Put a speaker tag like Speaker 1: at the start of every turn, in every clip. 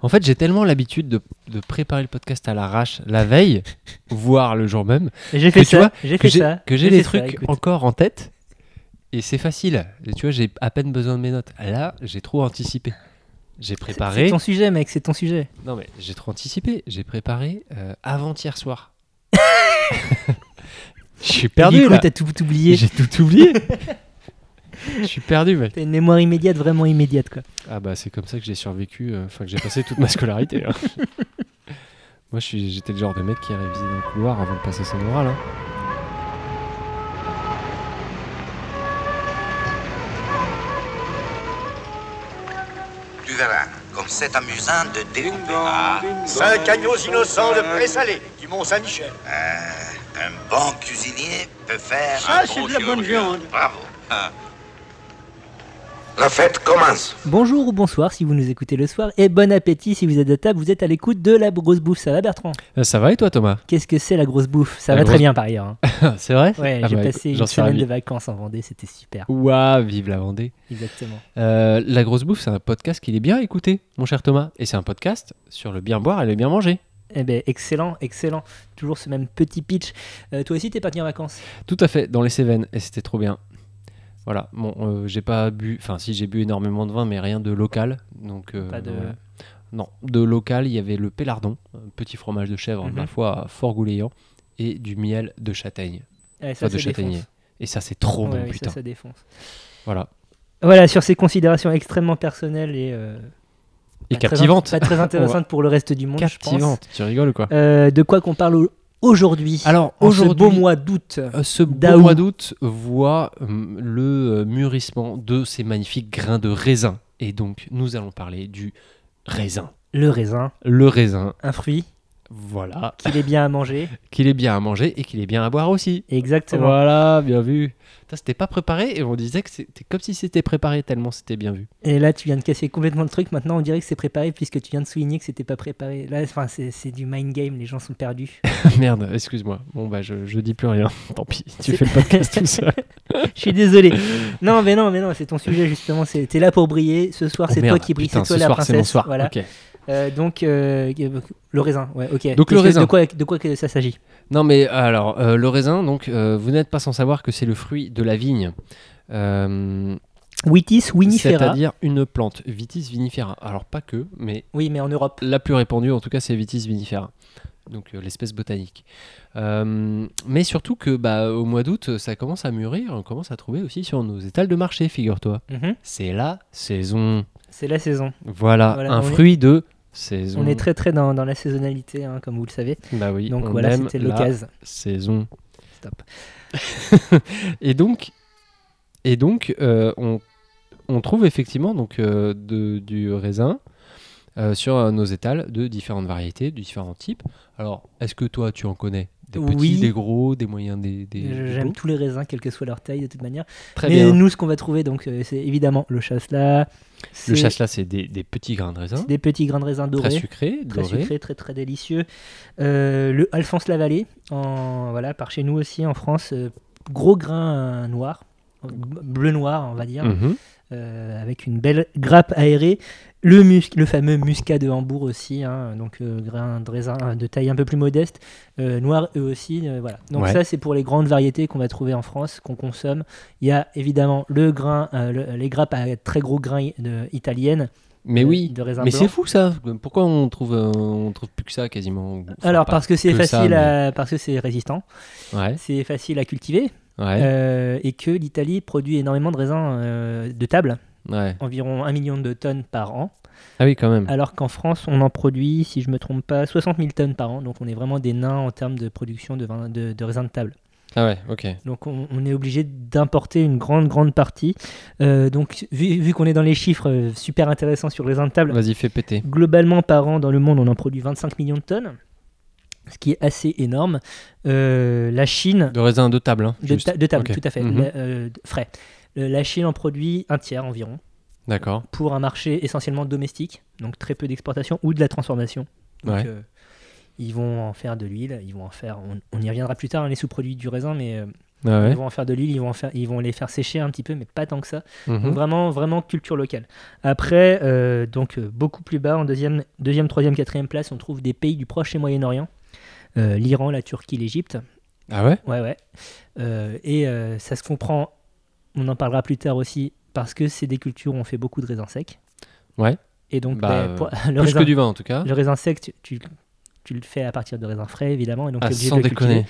Speaker 1: En fait, j'ai tellement l'habitude de, de préparer le podcast à l'arrache la veille, voire le jour même,
Speaker 2: Et J'ai
Speaker 1: que
Speaker 2: fait
Speaker 1: tu vois,
Speaker 2: ça, j'ai
Speaker 1: que
Speaker 2: fait
Speaker 1: j'ai-
Speaker 2: ça.
Speaker 1: que
Speaker 2: j'ai
Speaker 1: j'ai des
Speaker 2: fait ça,
Speaker 1: trucs
Speaker 2: écoute.
Speaker 1: encore en tête. Et c'est facile. Et tu vois, j'ai à peine besoin de mes notes. Là, j'ai trop anticipé. J'ai
Speaker 2: C'est
Speaker 1: préparé.
Speaker 2: ton sujet, mec, c'est ton sujet.
Speaker 1: Non mais j'ai trop anticipé. J'ai préparé euh, avant hier soir. Je suis
Speaker 2: Et
Speaker 1: perdu
Speaker 2: du coup,
Speaker 1: là.
Speaker 2: t'as tout oublié.
Speaker 1: J'ai tout oublié. Je suis perdu mec.
Speaker 2: T'as une mémoire immédiate, vraiment immédiate, quoi.
Speaker 1: Ah bah c'est comme ça que j'ai survécu, euh, enfin que j'ai passé toute ma scolarité. hein. Moi je suis- j'étais le genre de mec qui révisait dans le couloir avant de passer son oral. hein.
Speaker 3: Tu verras, comme c'est amusant de découper. Ah,
Speaker 4: Cinq agneaux innocents de présalé du Mont-Saint-Michel.
Speaker 3: un bon cuisinier peut faire
Speaker 4: Ça,
Speaker 3: un
Speaker 4: c'est
Speaker 3: bon
Speaker 4: de la bonne
Speaker 3: chirurgien.
Speaker 4: viande.
Speaker 3: Bravo. Ah. La fête commence.
Speaker 2: Bonjour ou bonsoir si vous nous écoutez le soir, et bon appétit si vous êtes à table, vous êtes à l'écoute de la grosse bouffe. Ça va, Bertrand
Speaker 1: Euh, ça va et toi Thomas
Speaker 2: Qu'est-ce que c'est la grosse bouffe Ça
Speaker 1: La
Speaker 2: va
Speaker 1: grosse-
Speaker 2: très bien, par ailleurs. hein.
Speaker 1: C'est vrai
Speaker 2: Ouais,
Speaker 1: Ah
Speaker 2: j'ai
Speaker 1: bah,
Speaker 2: passé
Speaker 1: j'en
Speaker 2: une
Speaker 1: suis
Speaker 2: semaine
Speaker 1: ravi.
Speaker 2: de vacances en Vendée, c'était super.
Speaker 1: Ouah, vive la Vendée.
Speaker 2: Exactement.
Speaker 1: Euh, la grosse bouffe c'est un podcast qu'il est bien écouté, mon cher Thomas. Et c'est un podcast sur le bien boire et le bien manger.
Speaker 2: Eh ben, excellent, excellent. Toujours ce même petit pitch. Euh, toi aussi, t'es parti en vacances
Speaker 1: Tout à fait, dans les Cévennes, et c'était trop bien. Voilà, bon, euh, j'ai pas bu, enfin si j'ai bu énormément de vin, mais rien de local. Donc, euh,
Speaker 2: Pas de-
Speaker 1: voilà. Non, de local, il y avait le pélardon, un petit fromage de chèvre,
Speaker 2: Mhm.
Speaker 1: ma foi, fort gouléant, et du miel de châtaigne.
Speaker 2: Ouais,
Speaker 1: Pas de châtaignier.
Speaker 2: défonce.
Speaker 1: Et ça, c'est trop
Speaker 2: Ouais,
Speaker 1: bon,
Speaker 2: oui,
Speaker 1: putain.
Speaker 2: ça, Bah, ça défonce.
Speaker 1: Voilà.
Speaker 2: Voilà, sur ces considérations extrêmement personnelles et, euh,
Speaker 1: Et
Speaker 2: pas très
Speaker 1: captivante.
Speaker 2: int- pas très intéressantes pour le reste du monde, je pense.
Speaker 1: captivante, tu rigoles ou quoi
Speaker 2: Euh, de quoi qu'on parle au- aujourd'hui
Speaker 1: Alors,
Speaker 2: Euh, en ce beau
Speaker 1: aujourd'hui,
Speaker 2: mois d'août.
Speaker 1: euh, ce beau
Speaker 2: Daou.
Speaker 1: mois d'août voit hum, le euh, mûrissement de ces magnifiques grains de raisin. Et donc, nous allons parler du raisin.
Speaker 2: Le raisin,
Speaker 1: Le raisin,
Speaker 2: un fruit
Speaker 1: voilà.
Speaker 2: qu'il est bien à manger.
Speaker 1: qu'il est bien à manger et qu'il est bien à boire aussi.
Speaker 2: Exactement.
Speaker 1: Voilà, bien vu. Putain, C'était pas préparé et on disait que c'était comme si c'était préparé tellement c'était bien vu.
Speaker 2: Et là, tu viens de casser complètement le truc. Maintenant, on dirait que c'est préparé puisque tu viens de souligner que c'était pas préparé. Là, enfin, c'est c'est du mind game. Les gens sont perdus.
Speaker 1: Merde, excuse-moi. Bon bah je, je dis plus rien. Tant pis, tu
Speaker 2: C'est-
Speaker 1: fais le podcast tout seul.
Speaker 2: Je suis désolé. Non, mais non, mais non, c'est ton sujet justement. c'est- T'es là pour briller. Ce soir,
Speaker 1: Oh,
Speaker 2: c'est toi
Speaker 1: merde,
Speaker 2: qui brille.
Speaker 1: putain,
Speaker 2: C'est toi
Speaker 1: ce
Speaker 2: la
Speaker 1: soir, c'est
Speaker 2: princesse.
Speaker 1: mon soir.
Speaker 2: Voilà.
Speaker 1: Ok.
Speaker 2: Euh, donc, euh, le raisin. Ouais, ok.
Speaker 1: Donc, le
Speaker 2: Qu'est-ce que-
Speaker 1: raisin.
Speaker 2: De quoi, de quoi que ça s'agit
Speaker 1: Non mais alors euh, le raisin donc euh, vous n'êtes pas sans savoir que c'est le fruit de la vigne. Euh,
Speaker 2: Wittis winifera.
Speaker 1: C'est-à-dire une plante, Vitis vinifera. Alors pas que, mais
Speaker 2: Oui, mais en Europe.
Speaker 1: la plus répandue, en tout cas, c'est Vitis vinifera, donc euh, l'espèce botanique. Euh, mais surtout que bah, au mois d'août, ça commence à mûrir, on commence à trouver aussi sur nos étals de marché, figure-toi.
Speaker 2: Mhm.
Speaker 1: C'est la saison.
Speaker 2: C'est la saison.
Speaker 1: Voilà,
Speaker 2: Voilà,
Speaker 1: un
Speaker 2: on est-
Speaker 1: fruit de saison.
Speaker 2: On est très très dans, dans la saisonnalité, hein, comme vous le savez.
Speaker 1: Bah oui,
Speaker 2: Donc
Speaker 1: on
Speaker 2: voilà,
Speaker 1: aime
Speaker 2: c'était
Speaker 1: la
Speaker 2: l'occasion.
Speaker 1: saison.
Speaker 2: Stop.
Speaker 1: et donc, et donc euh, on, on trouve effectivement donc, euh, de- du raisin euh, sur euh, nos étals de différentes variétés, de différents types. Alors, est-ce que toi, tu en connais Des petits,
Speaker 2: Oui.
Speaker 1: des gros, des moyens, des, des-
Speaker 2: Je-
Speaker 1: des
Speaker 2: J'aime
Speaker 1: beaux
Speaker 2: tous les raisins, quelle que soit leur taille, de toute manière.
Speaker 1: Très
Speaker 2: Mais
Speaker 1: bien.
Speaker 2: nous, ce qu'on va trouver, donc, euh, c'est évidemment le chasselas.
Speaker 1: Le
Speaker 2: c'est-
Speaker 1: chasse-là, c'est des, des petits grains de raisin,
Speaker 2: c'est des petits grains de raisin
Speaker 1: très
Speaker 2: dorés,
Speaker 1: sucrés,
Speaker 2: très
Speaker 1: dorés.
Speaker 2: sucrés, très très délicieux. Euh, le Alphonse Lavallée, en voilà, par chez nous aussi en France, euh, gros grain euh, noir, euh, bleu noir, on va dire,
Speaker 1: Mhm.
Speaker 2: euh, avec une belle grappe aérée. Le, mus- le fameux muscat de Hambourg aussi, hein, donc euh, grain de raisin euh, de taille un peu plus modeste, euh, noir eux aussi, euh, voilà. Donc
Speaker 1: Ouais.
Speaker 2: ça c'est pour les grandes variétés qu'on va trouver en France, qu'on consomme. Il y a évidemment le grain, euh, le- les grappes à très gros grains i- de- italiennes.
Speaker 1: Mais
Speaker 2: euh,
Speaker 1: oui,
Speaker 2: de raisin
Speaker 1: mais
Speaker 2: blanc.
Speaker 1: c'est fou ça. Pourquoi on trouve, euh, on trouve plus que ça quasiment Enfin,
Speaker 2: Alors
Speaker 1: pas
Speaker 2: parce que c'est
Speaker 1: que ça,
Speaker 2: facile,
Speaker 1: mais-
Speaker 2: à- parce que c'est résistant,
Speaker 1: Ouais,
Speaker 2: c'est facile à cultiver
Speaker 1: ouais,
Speaker 2: euh, et que l'Italie produit énormément de raisins euh, de table,
Speaker 1: ouais.
Speaker 2: environ 1 million de tonnes par an.
Speaker 1: Ah oui, quand même.
Speaker 2: Alors qu'en France, on en produit, si je me trompe pas, 60 000 tonnes par an. Donc on est vraiment des nains en termes de production de, vin- de, de raisins de table.
Speaker 1: Ah ouais, ok.
Speaker 2: Donc on, on est obligé d'importer une grande, grande partie. Euh, donc vu, vu qu'on est dans les chiffres euh, super intéressants sur les raisins de table,
Speaker 1: Vas-y, fais péter.
Speaker 2: globalement par an dans le monde, on en produit 25 millions de tonnes, ce qui est assez énorme. Euh, la Chine,
Speaker 1: De raisin de table, hein,
Speaker 2: de,
Speaker 1: juste.
Speaker 2: ta- de table,
Speaker 1: Ok.
Speaker 2: tout à fait,
Speaker 1: Mhm.
Speaker 2: la- euh, de- frais. Euh, La Chine en produit un tiers environ
Speaker 1: D'accord.
Speaker 2: pour un marché essentiellement domestique, donc très peu d'exportation ou de la transformation. Donc,
Speaker 1: Ouais.
Speaker 2: euh, ils vont en faire de l'huile, ils vont en faire. On, on y reviendra plus tard, hein, les sous-produits du raisin, mais euh,
Speaker 1: Ah ouais.
Speaker 2: Ils vont en faire de l'huile, ils vont, en faire, ils vont les faire sécher un petit peu, mais pas tant que ça. Donc
Speaker 1: Mhm.
Speaker 2: vraiment, vraiment culture locale. Après, euh, donc euh, beaucoup plus bas, en deuxième, deuxième, troisième, quatrième place, on trouve des pays du Proche et Moyen-Orient. Euh, L'Iran, la Turquie, l'Égypte.
Speaker 1: Ah ouais
Speaker 2: Ouais, ouais. Euh, et euh, ça se comprend, on en parlera plus tard aussi, parce que c'est des cultures où on fait beaucoup de raisins secs.
Speaker 1: Ouais.
Speaker 2: Et donc,
Speaker 1: Bah,
Speaker 2: ben,
Speaker 1: euh,
Speaker 2: pour- le,
Speaker 1: Plus
Speaker 2: raisin,
Speaker 1: que du vin en tout cas.
Speaker 2: le raisin sec, tu, tu- tu le fais à partir de raisins frais, évidemment. Et donc,
Speaker 1: Ah,
Speaker 2: t'es obligé de
Speaker 1: sans
Speaker 2: le cultiver.
Speaker 1: déconner.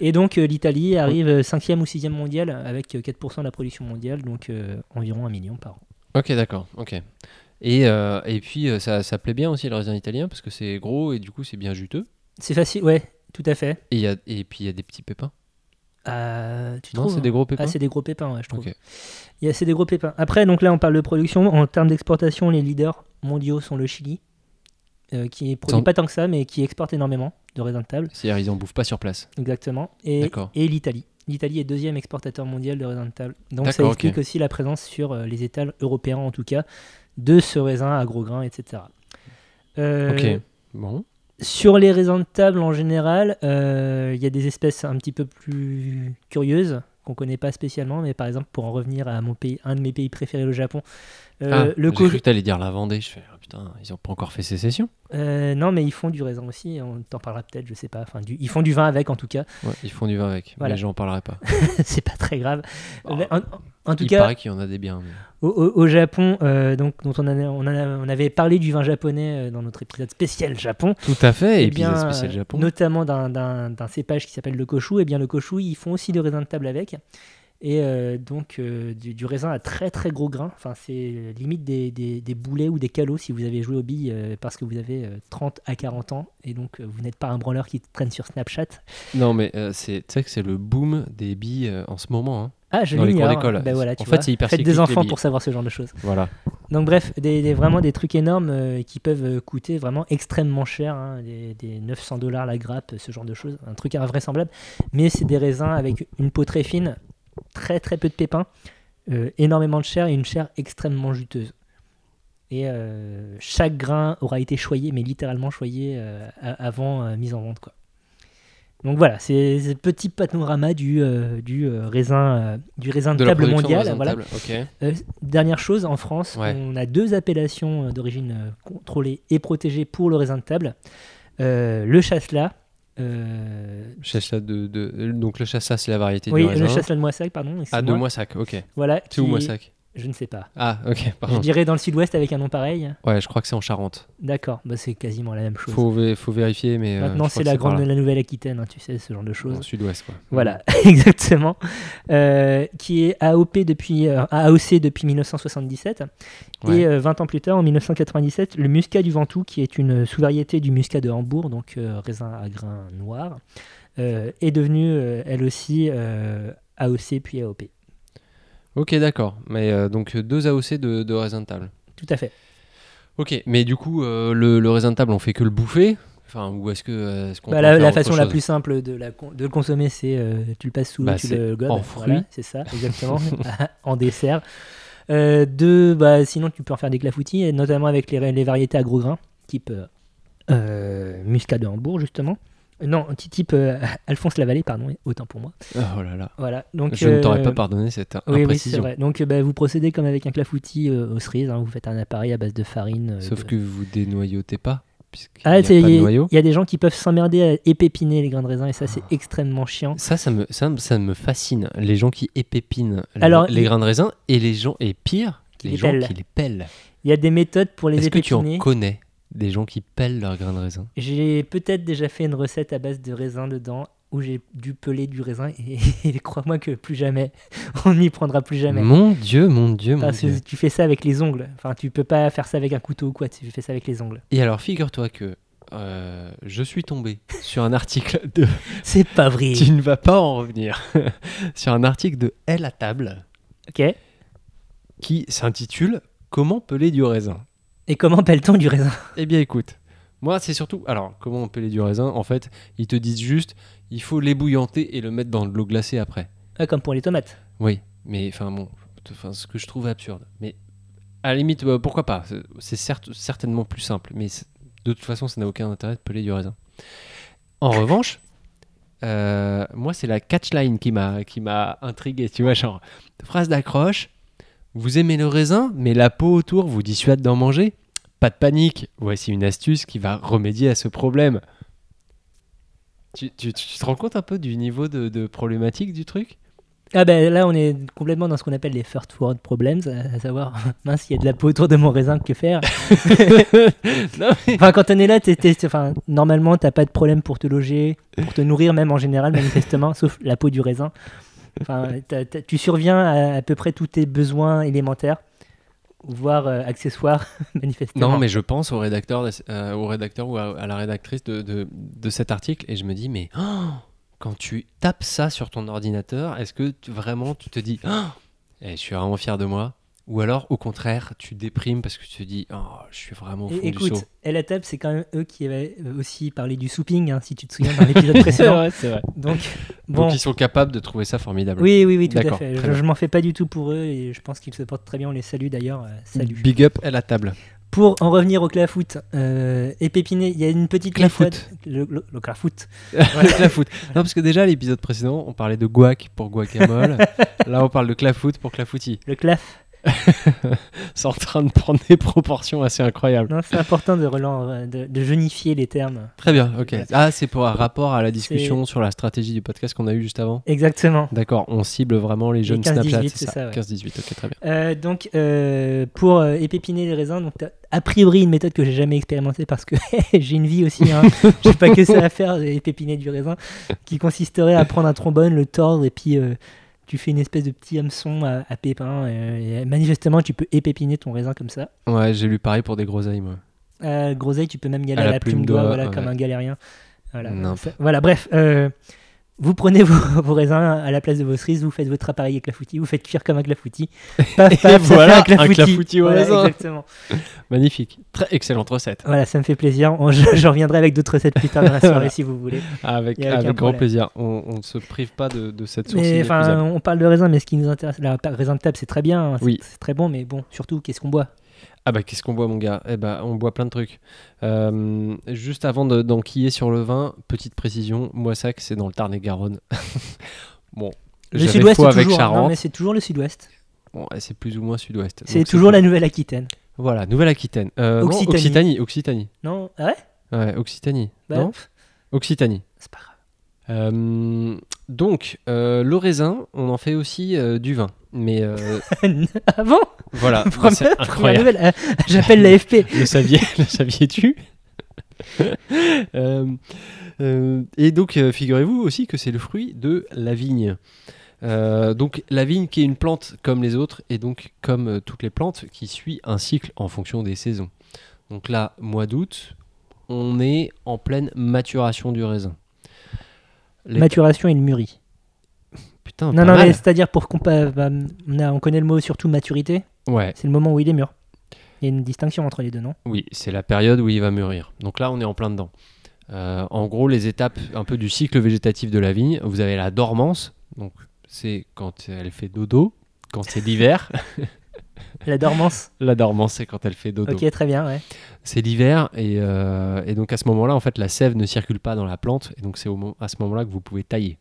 Speaker 2: Et donc, euh, l'Italie arrive 5e ou 6e mondiale, avec euh, 4% de la production mondiale, donc euh, environ 1 million par an.
Speaker 1: Ok, d'accord. Ok. Et, euh, et puis euh, ça, ça plaît bien aussi le raisin italien parce que c'est gros et du coup c'est bien juteux.
Speaker 2: C'est facile, ouais, tout à fait.
Speaker 1: Et, il y a, et puis il y a des petits pépins.
Speaker 2: Euh, tu
Speaker 1: Non,
Speaker 2: trouves
Speaker 1: c'est des gros
Speaker 2: Ah,
Speaker 1: pépins.
Speaker 2: c'est des gros pépins, ouais, je trouve.
Speaker 1: Ok.
Speaker 2: Il y a- C'est des gros pépins. Après, donc là, on parle de production. En termes d'exportation, les leaders mondiaux sont le Chili, euh, qui produit
Speaker 1: Sans-
Speaker 2: pas tant que ça, mais qui exporte énormément de raisins de table,
Speaker 1: C'est-à-dire ils en bouffent pas sur place.
Speaker 2: exactement. Et,
Speaker 1: D'accord.
Speaker 2: et l'Italie. L'Italie est deuxième exportateur mondial de raisins de table. Donc ça
Speaker 1: D'accord,
Speaker 2: explique
Speaker 1: ok.
Speaker 2: aussi la présence sur euh, les étals européens, en tout cas, de ce raisin à gros grains, etc. Euh,
Speaker 1: Ok. Bon.
Speaker 2: sur les raisins de table en général, euh, il y a des espèces un petit peu plus curieuses qu'on connaît pas spécialement, mais par exemple pour en revenir à mon pays, un de mes pays préférés, le Japon, euh,
Speaker 1: ah,
Speaker 2: le
Speaker 1: j'ai
Speaker 2: ko-
Speaker 1: cru que t'allais dire la Vendée. Je fais ah, putain, ils ont pas encore fait sécession.
Speaker 2: euh, non mais ils font du raisin aussi, on t'en parlera peut-être, je sais pas, enfin du- ils font du vin avec en tout cas,
Speaker 1: Ouais, ils font du vin avec.
Speaker 2: Voilà.
Speaker 1: Mais j'en parlerai pas.
Speaker 2: c'est pas très grave.
Speaker 1: Bah,
Speaker 2: Mais en, en- en tout
Speaker 1: il
Speaker 2: cas,
Speaker 1: paraît qu'il y en a des biens. mais-
Speaker 2: au, au- au Japon, euh, donc dont on, en a- on, en a- on avait parlé du vin japonais euh, dans notre épisode spécial Japon.
Speaker 1: Tout à fait.
Speaker 2: Eh
Speaker 1: Et puis
Speaker 2: bien,
Speaker 1: spécial
Speaker 2: euh,
Speaker 1: Japon.
Speaker 2: Notamment d'un- d'un d'un cépage qui s'appelle le kochou. Et bien, le kochou, ils font aussi du raisin de table avec. Et euh, donc, euh, du, du raisin à très très gros grains. Enfin, c'est euh, limite des, des- des boulets ou des calots si vous avez joué aux billes euh, parce que vous avez euh, 30 à 40 ans. Et donc, euh, vous n'êtes pas un branleur qui traîne sur Snapchat.
Speaker 1: Non, mais euh, c'est tu sais que c'est le boom des billes euh, en ce moment. hein.
Speaker 2: Ah, je
Speaker 1: Dans les cours
Speaker 2: l'ignore.
Speaker 1: d'école.
Speaker 2: Ben voilà,
Speaker 1: En
Speaker 2: tu
Speaker 1: fait,
Speaker 2: vois.
Speaker 1: c'est hyper
Speaker 2: Faites
Speaker 1: cyclique,
Speaker 2: des
Speaker 1: les
Speaker 2: enfants
Speaker 1: billes.
Speaker 2: pour savoir ce genre de choses.
Speaker 1: Voilà.
Speaker 2: Donc bref, des, des- vraiment des trucs énormes euh, qui peuvent euh, coûter vraiment extrêmement cher, hein, des, des 900 dollars la grappe, ce genre de choses, un truc invraisemblable. Mais c'est des raisins avec une peau très fine, très très peu de pépins, euh, énormément de chair et une chair extrêmement juteuse. Et euh, chaque grain aura été choyé, mais littéralement choyé euh, a- avant euh, mise en vente. Quoi. Donc voilà, c'est c'est le petit panorama du, euh, du, euh, raisin, euh, du raisin de,
Speaker 1: De la
Speaker 2: table
Speaker 1: production de
Speaker 2: mondiale.
Speaker 1: raisin de
Speaker 2: Voilà.
Speaker 1: table, Ok.
Speaker 2: Euh, dernière chose, en France,
Speaker 1: Ouais.
Speaker 2: on a deux appellations euh, d'origine euh, contrôlée et protégée pour le raisin de table. Euh, le chasselas, euh,
Speaker 1: Chassa de, de- donc le chassa c'est la variété
Speaker 2: oui,
Speaker 1: du raisin.
Speaker 2: le chasselas de Moissac, pardon.
Speaker 1: ah de
Speaker 2: excuse-moi.
Speaker 1: moissac. Ok.
Speaker 2: Voilà,
Speaker 1: C'est où
Speaker 2: qui-
Speaker 1: moissac
Speaker 2: Je ne sais pas.
Speaker 1: Ah ok.
Speaker 2: Je
Speaker 1: Pardon.
Speaker 2: dirais dans le sud-ouest avec un nom pareil.
Speaker 1: Ouais, je crois que c'est en Charente.
Speaker 2: D'accord, bah, c'est quasiment la même chose.
Speaker 1: Faut vé- faut vérifier mais. euh,
Speaker 2: Maintenant,
Speaker 1: je crois
Speaker 2: c'est
Speaker 1: que
Speaker 2: la
Speaker 1: par
Speaker 2: grande,
Speaker 1: là.
Speaker 2: la Nouvelle-Aquitaine, hein, tu sais, ce genre de choses.
Speaker 1: Au sud-ouest quoi.
Speaker 2: Voilà, exactement. Euh, qui est AOP depuis, euh, AOC depuis 1977.
Speaker 1: Ouais.
Speaker 2: Et euh, 20 ans plus tard, en 1997, le muscat du Ventoux, qui est une sous-variété du muscat de Hambourg, donc euh, raisin à grains noirs, euh, est devenue euh, elle aussi euh, AOC puis AOP.
Speaker 1: Ok d'accord. Mais euh, donc deux AOC de, de raisin de table.
Speaker 2: Tout à fait.
Speaker 1: Ok. Mais du coup euh, le, le raisin de table on fait que le bouffer. Enfin ou est-ce que euh, est-ce qu'on
Speaker 2: Bah,
Speaker 1: peut en
Speaker 2: la
Speaker 1: faire
Speaker 2: la
Speaker 1: autre
Speaker 2: façon la
Speaker 1: chose
Speaker 2: plus simple de, la con- de le consommer, c'est euh, tu le passes sous l'eau,
Speaker 1: Bah,
Speaker 2: tu
Speaker 1: c'est
Speaker 2: le gobes.
Speaker 1: en
Speaker 2: Voilà,
Speaker 1: fruit.
Speaker 2: c'est ça, exactement, en dessert. Euh, deux, bah, sinon, tu peux en faire des clafoutis, et notamment avec les, les variétés à gros grains, type euh, euh, muscat de Hambourg, justement. Non, ty- type euh, Alphonse Lavallée, pardon, autant pour moi.
Speaker 1: Oh là là.
Speaker 2: Voilà, donc,
Speaker 1: je ne t'aurais
Speaker 2: euh,
Speaker 1: pas pardonné cette
Speaker 2: Oui, oui, c'est
Speaker 1: imprécision.
Speaker 2: vrai. Donc, euh, bah, vous procédez comme avec un clafoutis euh, aux cerises. hein. vous faites un appareil à base de farine. euh,
Speaker 1: Sauf
Speaker 2: de-
Speaker 1: que vous dénoyautez pas puisqu'il
Speaker 2: Ah,
Speaker 1: n'y a
Speaker 2: c'est-
Speaker 1: pas de
Speaker 2: il y,
Speaker 1: noyau. Ah.
Speaker 2: il y a des gens qui peuvent s'emmerder à épépiner les grains de raisin et ça, c'est extrêmement chiant.
Speaker 1: Ça, ça me, ça, me- ça me fascine. Les gens qui épépinent le-
Speaker 2: Alors,
Speaker 1: les
Speaker 2: il-
Speaker 1: grains de raisin et les gens, et pire, les,
Speaker 2: les
Speaker 1: gens
Speaker 2: pèlent.
Speaker 1: qui les pèlent.
Speaker 2: Il y a des méthodes pour les
Speaker 1: Est-ce que tu en
Speaker 2: épépiner.
Speaker 1: connais des gens qui pèlent leurs grains de raisin
Speaker 2: J'ai peut-être déjà fait une recette à base de raisin dedans où j'ai dû peler du raisin et, et crois-moi que plus jamais, on n'y prendra plus jamais. Ah,
Speaker 1: Mon Dieu, mon Dieu, mon
Speaker 2: Parce
Speaker 1: Dieu.
Speaker 2: que tu fais ça avec les ongles. Enfin, tu peux pas faire ça avec un couteau ou quoi. Tu fais ça avec les ongles.
Speaker 1: Et alors, figure-toi que euh, je suis tombé sur un article de.
Speaker 2: C'est pas vrai.
Speaker 1: tu ne vas pas en revenir. sur un article de Elle à table
Speaker 2: Ok.
Speaker 1: qui s'intitule Comment peler du raisin
Speaker 2: Et comment pèle-t-on du raisin
Speaker 1: Eh bien, écoute, moi, c'est surtout. Alors, comment on peut les du raisin En fait, ils te disent juste il faut l'ébouillanter et le mettre dans de l'eau glacée après.
Speaker 2: Ah, Comme pour les tomates.
Speaker 1: Oui, mais enfin, bon, enfin, ce que je trouve absurde. Mais à la limite, euh, pourquoi pas C'est- C'est certes, certainement plus simple, mais c'est- de toute façon, ça n'a aucun intérêt de peler du raisin. En revanche, Euh, moi, c'est la catchline qui m'a qui m'a intrigué. Tu vois, genre phrase d'accroche. Vous aimez le raisin, mais la peau autour vous dissuade d'en manger. Pas de panique. Voici une astuce qui va remédier à ce problème. Tu, tu- tu te rends compte un peu du niveau de, de problématique du truc
Speaker 2: Ah ben là, on est complètement dans ce qu'on appelle les first world problems, à à savoir, mince, il y a de la peau autour de mon raisin, que faire
Speaker 1: Non, mais-
Speaker 2: Enfin, quand on est là, t'es- t'es- t'es- enfin, normalement, t'as pas de problème pour te loger, pour te nourrir, même en général, manifestement, sauf la peau du raisin. Enfin, t'as- t'as- tu surviens à, à peu près tous tes besoins élémentaires, voire euh, accessoires, manifestement.
Speaker 1: Non, mais je pense au rédacteur, de- euh, au rédacteur ou à, à la rédactrice de, de- de cet article et je me dis, mais oh, quand tu tapes ça sur ton ordinateur, est-ce que tu- vraiment tu te dis, oh, eh, je suis vraiment fier de moi Ou alors, au contraire, tu déprimes parce que tu te dis, oh, je suis vraiment au fond
Speaker 2: Et-
Speaker 1: du
Speaker 2: écoute,
Speaker 1: seau.
Speaker 2: elle à table, c'est quand même eux qui avaient aussi parlé du souping, hein, si tu te souviens dans l'épisode précédent.
Speaker 1: c'est vrai.
Speaker 2: Donc, bon.
Speaker 1: Donc, ils sont capables de trouver ça formidable.
Speaker 2: Oui, oui, oui, tout à
Speaker 1: D'accord,
Speaker 2: fait.
Speaker 1: très
Speaker 2: Je,
Speaker 1: bien.
Speaker 2: je m'en fais pas du tout pour eux et je pense qu'ils se portent très bien. On les salue d'ailleurs. euh, salut.
Speaker 1: Big up à la table.
Speaker 2: Pour en revenir au clafoot euh, et Pépiné, il y a une petite
Speaker 1: Clafoot.
Speaker 2: méthode- Le, le- le clafoot.
Speaker 1: Le clafoot. Non, parce que déjà, l'épisode précédent, on parlait de guac pour guacamole. Là, on parle de clafoot pour clafoutis.
Speaker 2: Le claf.
Speaker 1: C'est en train de prendre des proportions assez incroyables.
Speaker 2: Non, c'est important de, relan- de, de jeunifier les termes.
Speaker 1: Très bien, ok.
Speaker 2: Voilà.
Speaker 1: Ah, c'est pour un rapport à la discussion sur la stratégie du podcast qu'on a eu juste avant
Speaker 2: Exactement.
Speaker 1: D'accord, on cible vraiment les jeunes
Speaker 2: 15-18,
Speaker 1: Snapchat,
Speaker 2: c'est
Speaker 1: c'est ça,
Speaker 2: ça, ouais.
Speaker 1: 15-18, ok, très bien.
Speaker 2: Euh, donc, euh, pour euh, épépiner les raisins, donc t'as a priori une méthode que j'ai jamais expérimentée parce que j'ai une vie aussi, hein. j'ai pas que ça à faire, j'ai épépiner du raisin, qui consisterait à prendre un trombone, le tordre et puis euh, tu fais une espèce de petit hameçon à, à pépins. euh, et manifestement, tu peux épépiner ton raisin comme ça.
Speaker 1: Ouais, j'ai lu pareil pour des groseilles, moi.
Speaker 2: Euh, groseille, tu peux même y aller à la, plume, d'oie, voilà,
Speaker 1: ouais.
Speaker 2: comme un galérien. Voilà,
Speaker 1: Nimp.
Speaker 2: Ça- voilà bref. euh, vous prenez vos, vos raisins à la place de vos cerises, vous faites votre appareil avec la foutie, vous faites cuire comme un clafoutis. Paf, paf, ça fait
Speaker 1: voilà,
Speaker 2: un clafoutis.
Speaker 1: un clafoutis au
Speaker 2: Voilà,
Speaker 1: raisin.
Speaker 2: exactement.
Speaker 1: Magnifique, très excellente recette,
Speaker 2: Voilà, ça me fait plaisir. On- je, je reviendrai avec d'autres recettes plus tard dans la soirée si vous voulez.
Speaker 1: avec,
Speaker 2: Y a aucun
Speaker 1: avec grand
Speaker 2: problème.
Speaker 1: plaisir. On on ne se prive pas de, de cette source
Speaker 2: Mais enfin,
Speaker 1: inépuisable.
Speaker 2: on parle de raisin, mais ce qui nous intéresse, la pa- raisin de table, c'est très bien, hein, c'est-
Speaker 1: Oui.
Speaker 2: c'est très bon, mais bon, surtout, qu'est-ce qu'on boit
Speaker 1: Ah bah, qu'est-ce qu'on boit, mon gars Eh bah, on boit plein de trucs. Euh, juste avant de- d'enquiller sur le vin, petite précision, moi, ça, que c'est dans le Tarn-et-Garonne. bon,
Speaker 2: Le
Speaker 1: j'avais
Speaker 2: sud-ouest,
Speaker 1: faux
Speaker 2: c'est
Speaker 1: avec
Speaker 2: toujours, hein. non,
Speaker 1: Charente,
Speaker 2: mais c'est toujours le sud-ouest.
Speaker 1: Bon, c'est plus ou moins sud-ouest.
Speaker 2: C'est
Speaker 1: Donc,
Speaker 2: toujours
Speaker 1: plus-
Speaker 2: la Nouvelle-Aquitaine.
Speaker 1: Voilà, Nouvelle-Aquitaine. Euh, non,
Speaker 2: Occitanie.
Speaker 1: Occitanie. Occitanie.
Speaker 2: Non Ah ouais
Speaker 1: Ouais, Occitanie.
Speaker 2: Bah,
Speaker 1: non
Speaker 2: pff,
Speaker 1: Occitanie.
Speaker 2: C'est pas grave.
Speaker 1: Euh, donc, euh, le raisin, on en fait aussi euh, du vin. Mais euh,
Speaker 2: ah bon
Speaker 1: voilà,
Speaker 2: Première-
Speaker 1: c'est
Speaker 2: première
Speaker 1: incroyable.
Speaker 2: nouvelle, euh, J'appelle l'AFP.
Speaker 1: Le saviez- le saviez-tu Euh, euh, Et donc, euh, figurez-vous aussi que c'est le fruit de la vigne. Euh, donc la vigne qui est une plante comme les autres et donc comme euh, toutes les plantes qui suit un cycle en fonction des saisons. Donc là, mois d'août, on est en pleine maturation du raisin. Les-
Speaker 2: Maturation et le mûri.
Speaker 1: Putain, Ah, pas
Speaker 2: Non, non,
Speaker 1: mal.
Speaker 2: mais c'est-à-dire pour qu'on pa- bah, on, a- on connaît le mot surtout maturité,
Speaker 1: Ouais,
Speaker 2: c'est le moment où il est mûr. Il y a une distinction entre les deux, non
Speaker 1: oui, c'est la période où il va mûrir. Donc là, on est en plein dedans. Euh, en gros, les étapes un peu du cycle végétatif de la vigne, vous avez la dormance, donc c'est quand elle fait dodo, quand c'est l'hiver.
Speaker 2: La dormance.
Speaker 1: la dormance, c'est quand elle fait dodo.
Speaker 2: ok, très bien, ouais.
Speaker 1: C'est l'hiver et, euh, et donc à ce moment-là, en fait, la sève ne circule pas dans la plante et donc c'est au mo- à ce moment-là que vous pouvez tailler.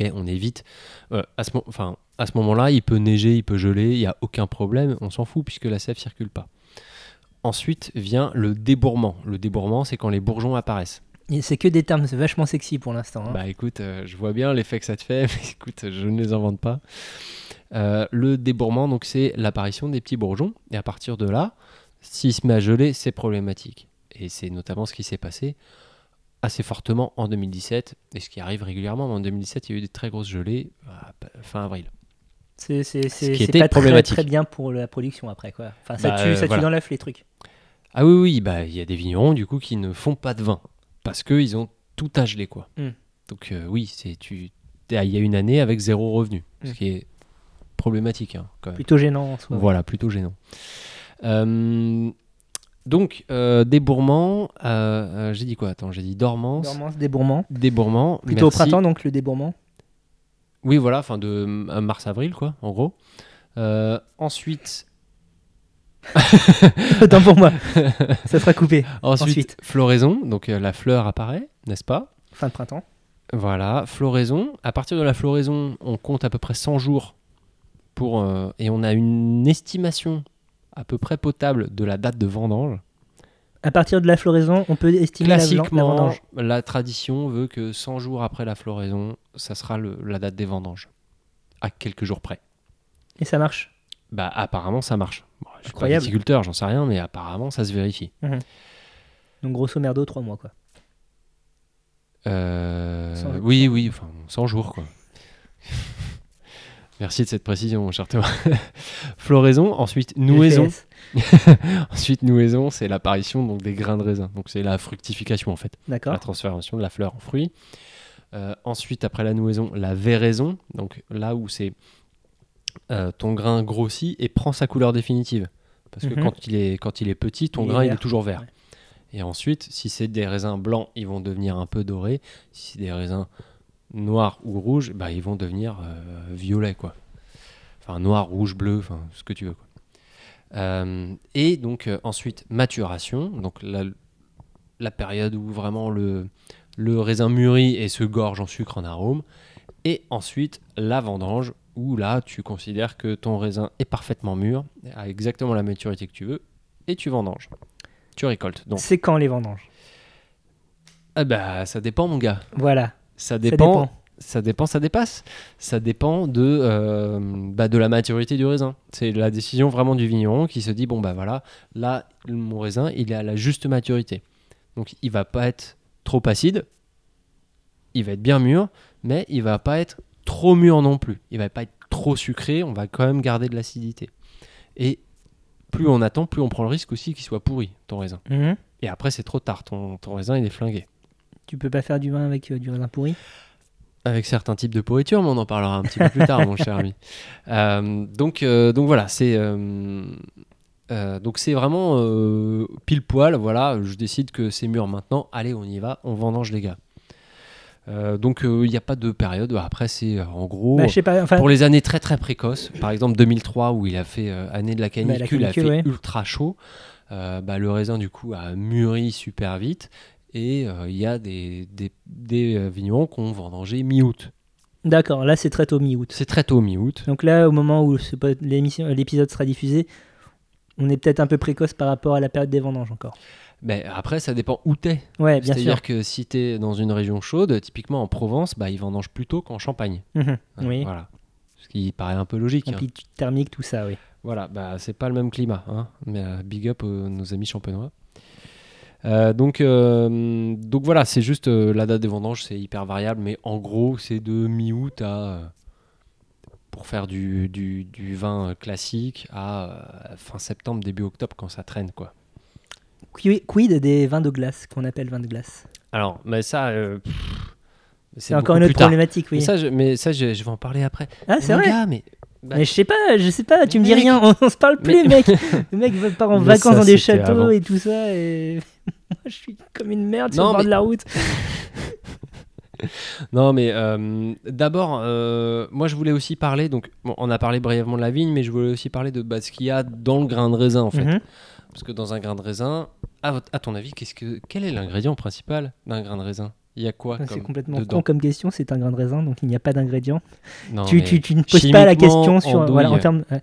Speaker 1: Ok, on évite. Euh, à ce, mo- enfin, à ce moment-là, il peut neiger, il peut geler, il n'y a aucun problème, on s'en fout puisque la sève circule pas. Ensuite vient le débourrement. Le débourrement, c'est quand les bourgeons apparaissent.
Speaker 2: Et C'est que des termes vachement sexy pour l'instant. hein.
Speaker 1: Bah écoute, euh, je vois bien l'effet que ça te fait, mais écoute, je ne les invente pas. Euh, le débourrement, donc c'est l'apparition des petits bourgeons, et à partir de là, s'il se met à geler, c'est problématique. Et c'est notamment ce qui s'est passé assez fortement en 2017, et ce qui arrive régulièrement, mais en 2017, il y a eu des très grosses gelées à p- fin avril.
Speaker 2: c'est c'est- c'est-
Speaker 1: qui
Speaker 2: c'est
Speaker 1: était
Speaker 2: pas très,
Speaker 1: problématique.
Speaker 2: très bien pour la production après, quoi. Enfin, ça,
Speaker 1: Bah,
Speaker 2: tue,
Speaker 1: euh,
Speaker 2: ça tue
Speaker 1: voilà.
Speaker 2: dans l'œuf les trucs.
Speaker 1: Ah oui, oui, bah, il y a des vignerons du coup qui ne font pas de vin parce qu'ils ont tout à geler quoi.
Speaker 2: Mm.
Speaker 1: Donc euh, oui, c'est tu t'es- il y a une année avec zéro revenu, ce
Speaker 2: Mm.
Speaker 1: qui est problématique hein, quand même.
Speaker 2: Plutôt gênant en soi.
Speaker 1: Voilà, plutôt gênant. Euh, donc, euh, débourrement, euh, euh, j'ai dit quoi Attends, j'ai dit dormance,
Speaker 2: Dormance, débourrement.
Speaker 1: débourrement.
Speaker 2: Plutôt
Speaker 1: merci.
Speaker 2: au printemps, donc le débourrement.
Speaker 1: Oui, voilà, fin de m- à mars-avril, quoi, en gros. Euh, ensuite,
Speaker 2: Autant pour moi. ça sera coupé.
Speaker 1: ensuite,
Speaker 2: Ensuite.
Speaker 1: floraison, donc euh, la fleur apparaît, n'est-ce pas
Speaker 2: Fin de printemps.
Speaker 1: Voilà, floraison. À partir de la floraison, on compte à peu près 100 jours pour, euh, et on a une estimation à peu près potable de la date de vendange.
Speaker 2: À partir de la floraison, on peut estimer la, vlan- la
Speaker 1: Classiquement,
Speaker 2: vendange.
Speaker 1: la, tradition veut que 100 jours après la floraison, ça sera le- la date des vendanges. À quelques jours près.
Speaker 2: Et ça marche.
Speaker 1: Bah apparemment ça marche. Bon, je suis pas
Speaker 2: Incroyable.
Speaker 1: viticulteur, j'en sais rien, mais apparemment ça se vérifie.
Speaker 2: Donc grosso merdo, 3 mois quoi.
Speaker 1: Euh,
Speaker 2: 100 jours.
Speaker 1: oui, oui, enfin 100 jours quoi. Merci de cette précision, mon cher Thomas. Floraison, ensuite nouaison.
Speaker 2: GPS.
Speaker 1: Ensuite nouaison, c'est l'apparition donc des grains de raisin. Donc c'est la fructification en fait. la
Speaker 2: D'accord.
Speaker 1: transformation de la fleur en fruit. Euh, ensuite, après la nouaison, la véraison, donc là où c'est euh, ton grain grossit et prend sa couleur définitive. Parce que
Speaker 2: Mhm.
Speaker 1: quand, il est, quand il est petit, ton
Speaker 2: Il est
Speaker 1: grain il
Speaker 2: vert.
Speaker 1: est toujours vert.
Speaker 2: Ouais.
Speaker 1: Et ensuite, si c'est des raisins blancs, ils vont devenir un peu dorés. Si c'est des raisins noirs ou rouges, bah, ils vont devenir euh, violets. Quoi. Enfin, noir, rouge, bleu, enfin, ce que tu veux. quoi. Euh, et donc, euh, ensuite, maturation. Donc, la, la période où vraiment le, le raisin mûrit et se gorge en sucre, en arôme. Et ensuite, la vendange, où là, tu considères que ton raisin est parfaitement mûr, a exactement la maturité que tu veux, et tu vendanges. Tu récoltes. Donc,
Speaker 2: C'est quand les vendanges
Speaker 1: ah bah, ça dépend, mon gars.
Speaker 2: Voilà.
Speaker 1: Ça
Speaker 2: Ça
Speaker 1: dépend, ça
Speaker 2: dépend.
Speaker 1: dépend, ça, dépasse. Ça dépend de, euh, bah, de la maturité du raisin. C'est la décision vraiment du vigneron qui se dit bon, bah voilà, là, mon raisin, il est à la juste maturité. Donc, il va pas être trop acide, il va être bien mûr, mais il va pas être trop mûr non plus. Il va pas être trop sucré, on va quand même garder de l'acidité. Et plus on attend, plus on prend le risque aussi qu'il soit pourri, ton raisin.
Speaker 2: Mhm.
Speaker 1: Et après, c'est trop tard, ton, ton raisin, il est flingué.
Speaker 2: Tu peux pas faire du vin avec euh, du raisin pourri
Speaker 1: Avec certains types de pourriture, mais on en parlera un petit peu plus tard, mon cher ami. Euh, donc, euh, donc voilà, c'est euh, euh, donc c'est vraiment euh, pile poil. Voilà, je décide que c'est mûr maintenant. Allez, on y va, on vendange les gars. Euh, donc euh, il n'y a pas de période. Après, c'est euh, en gros
Speaker 2: Bah, je sais pas. Enfin,
Speaker 1: pour les années très très précoces. Par exemple 2003 où il a fait euh, année de la
Speaker 2: Bah, la
Speaker 1: canicule, il a fait
Speaker 2: canicule, ouais.
Speaker 1: ultra chaud. euh, bah, le raisin du coup a mûri super vite et euh, il y a des, des, des, euh, vignerons qui ont vendangé mi-août.
Speaker 2: D'accord, là c'est très tôt mi-août.
Speaker 1: C'est très tôt mi-août.
Speaker 2: Donc là, au moment où ce pod- l'émission- l'épisode sera diffusé, on est peut-être un peu précoce par rapport à la période des vendanges encore.
Speaker 1: Mais Bah, après, ça dépend où t'es.
Speaker 2: Ouais, bien sûr.
Speaker 1: C'est-à-dire que si t'es dans une région chaude, typiquement en Provence, bah, ils vendangent plus tôt qu'en Champagne.
Speaker 2: Mhm,
Speaker 1: Hein,
Speaker 2: Oui,
Speaker 1: Voilà. Ce qui paraît un peu logique.
Speaker 2: en
Speaker 1: hein.
Speaker 2: pic thermique, tout ça, oui.
Speaker 1: Voilà, bah, c'est pas le même climat. hein. Mais euh, big up aux- nos amis champenois. Euh, donc, euh, donc voilà, c'est juste euh, la date des vendanges, c'est hyper variable, mais en gros, c'est de mi-août à. euh, pour faire du, du- du vin euh, classique à euh, fin septembre, début octobre, quand ça traîne, quoi.
Speaker 2: Qui- Quid des vins de glace, qu'on appelle vins de glace
Speaker 1: Alors, mais ça. euh, pff,
Speaker 2: C'est
Speaker 1: beaucoup
Speaker 2: encore une
Speaker 1: plus
Speaker 2: autre
Speaker 1: tard.
Speaker 2: problématique, oui.
Speaker 1: Mais ça, je, mais ça, je, je vais en parler après.
Speaker 2: ah,
Speaker 1: Mais
Speaker 2: c'est
Speaker 1: mon
Speaker 2: vrai
Speaker 1: gars, mais, bah,
Speaker 2: Mais je sais pas, je sais pas, tu me dis
Speaker 1: Mec.
Speaker 2: rien, on, on se parle plus,
Speaker 1: Mais-
Speaker 2: mec. Le mec va- part en
Speaker 1: Mais
Speaker 2: vacances
Speaker 1: ça,
Speaker 2: dans des
Speaker 1: c'était
Speaker 2: châteaux
Speaker 1: avant.
Speaker 2: et tout ça, et moi je suis comme une merde sur
Speaker 1: Non,
Speaker 2: le bord
Speaker 1: mais-
Speaker 2: de la route.
Speaker 1: Non, mais euh, d'abord, euh, moi, je voulais aussi parler. Donc, bon, on a parlé brièvement de la vigne, mais je voulais aussi parler de bah, ce qu'il y a dans le grain de raisin, en fait.
Speaker 2: Mhm.
Speaker 1: Parce que dans un grain de raisin, à, votre- à ton avis, qu'est-ce que quel est l'ingrédient principal d'un grain de raisin Il y a quoi
Speaker 2: Ah, C'est
Speaker 1: Ah, comme
Speaker 2: complètement
Speaker 1: dedans
Speaker 2: con comme question, c'est un grain de raisin, donc il n'y a pas d'ingrédient.
Speaker 1: Non,
Speaker 2: tu,
Speaker 1: mais
Speaker 2: tu, tu ne poses pas la
Speaker 1: chimiquement,
Speaker 2: question sur
Speaker 1: en
Speaker 2: voilà, en
Speaker 1: douille.
Speaker 2: termes. ouais.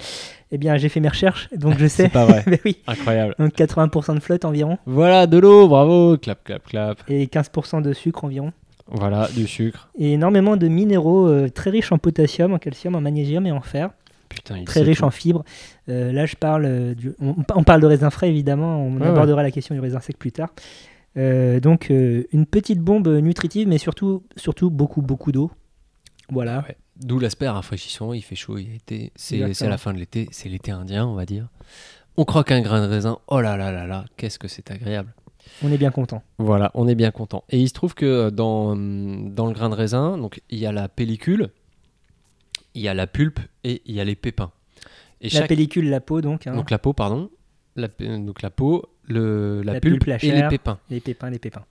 Speaker 2: Eh bien, j'ai fait mes recherches, donc je sais.
Speaker 1: C'est pas vrai.
Speaker 2: Ben oui.
Speaker 1: Incroyable.
Speaker 2: Donc 80% de flotte environ
Speaker 1: Voilà, de l'eau, bravo, clap, clap, clap.
Speaker 2: et 15% de sucre environ.
Speaker 1: Voilà, du sucre.
Speaker 2: Et énormément de minéraux euh, très riches en potassium, en calcium, en magnésium et en fer.
Speaker 1: Putain, il
Speaker 2: Très
Speaker 1: sait
Speaker 2: riche
Speaker 1: tout.
Speaker 2: en fibres. Euh, là, je parle euh, du- on, on parle de raisin frais, évidemment. On
Speaker 1: Ouais,
Speaker 2: abordera la question du raisin sec plus tard. Euh, donc, euh, une petite bombe nutritive, mais surtout, surtout beaucoup, beaucoup d'eau. Voilà.
Speaker 1: Ouais. D'où l'aspect rafraîchissant, il fait chaud, il est été, c'est
Speaker 2: Exactement.
Speaker 1: c'est la fin de l'été, c'est l'été indien, on va dire. On croque un grain de raisin, oh là là là là, qu'est-ce que c'est agréable.
Speaker 2: On est bien content.
Speaker 1: Voilà, on est bien content. Et il se trouve que euh, dans, hum, dans le grain de raisin, donc il y a la pellicule, il y a la pulpe et il y a les pépins. Et
Speaker 2: La
Speaker 1: chaque-
Speaker 2: pellicule, la peau, donc, hein,
Speaker 1: donc la peau, pardon, la, pe- euh, donc la peau, le, la,
Speaker 2: La
Speaker 1: pulpe,
Speaker 2: pulpe, la
Speaker 1: et les
Speaker 2: chair.
Speaker 1: pépins.
Speaker 2: les pépins, les pépins,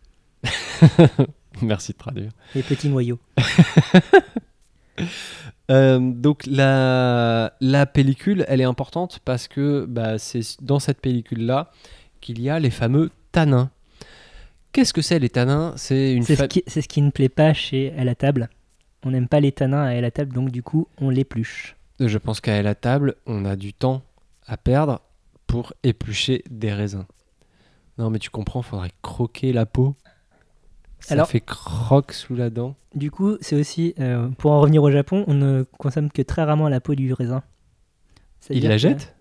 Speaker 1: Merci de traduire.
Speaker 2: les petits noyaux.
Speaker 1: Euh, donc la, la pellicule, elle est importante parce que bah, c'est dans cette pellicule-là qu'il y a les fameux tanins Qu'est-ce que c'est les tanins C'est une
Speaker 2: C'est ce,
Speaker 1: fa-
Speaker 2: qui, c'est ce qui ne plaît pas chez à la table. On n'aime pas les tanins à la table, donc du coup, on l'épluche.
Speaker 1: Je pense qu'à la table, on a du temps à perdre pour éplucher des raisins. Non, mais tu comprends, faudrait croquer la peau. Ça
Speaker 2: Alors-
Speaker 1: fait croque sous la dent.
Speaker 2: Du coup, c'est aussi, euh, pour en revenir au Japon, on ne consomme que très rarement la peau du raisin.
Speaker 1: Il
Speaker 2: C'est-à-dire
Speaker 1: la
Speaker 2: que-
Speaker 1: jette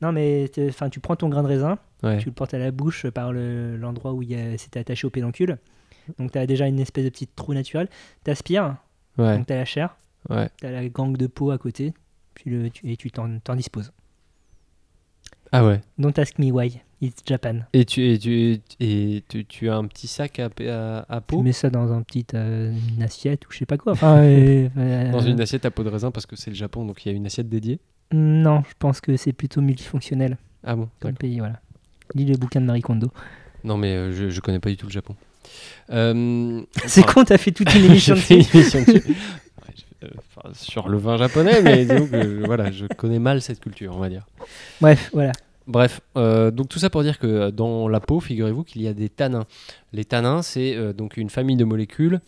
Speaker 2: Non, mais t'es- enfin, tu prends ton grain de raisin,
Speaker 1: Ouais.
Speaker 2: tu le portes à la bouche par le- l'endroit où il y a- c'était attaché au pédoncule. Donc, tu as déjà une espèce de petite trou naturel. Tu aspires,
Speaker 1: Ouais,
Speaker 2: donc tu as la chair,
Speaker 1: ouais.
Speaker 2: tu as la gangue de peau à côté, puis le, tu- et tu t'en t'en disposes.
Speaker 1: Ah ouais.
Speaker 2: Don't ask me why, it's Japan.
Speaker 1: Et tu, et tu, et tu, tu as un petit sac à, à, à
Speaker 2: Tu
Speaker 1: peau
Speaker 2: mets ça dans un petit, euh, une assiette ou je sais pas quoi.
Speaker 1: Ah
Speaker 2: Enfin, euh, euh,
Speaker 1: Dans une assiette à peau de raisin parce que c'est le Japon, donc il y a une assiette dédiée.
Speaker 2: Non, je pense que c'est plutôt multifonctionnel
Speaker 1: Ah bon
Speaker 2: comme
Speaker 1: d'accord.
Speaker 2: pays, voilà. Lis le bouquin de Marie Kondo.
Speaker 1: Non, mais euh, je, je connais pas du tout le Japon. Euh,
Speaker 2: C'est
Speaker 1: enfin,
Speaker 2: con, t'as fait toute une émission
Speaker 1: j'ai
Speaker 2: dessus.
Speaker 1: fait une émission dessus. Ouais, j'ai fait, euh, enfin, sur le vin japonais, mais disons que je- voilà, je connais mal cette culture, on va dire.
Speaker 2: Bref, voilà.
Speaker 1: Bref, euh, donc tout ça pour dire que euh, dans la peau, figurez-vous qu'il y a des tanins. Les tanins, c'est euh, donc une famille de molécules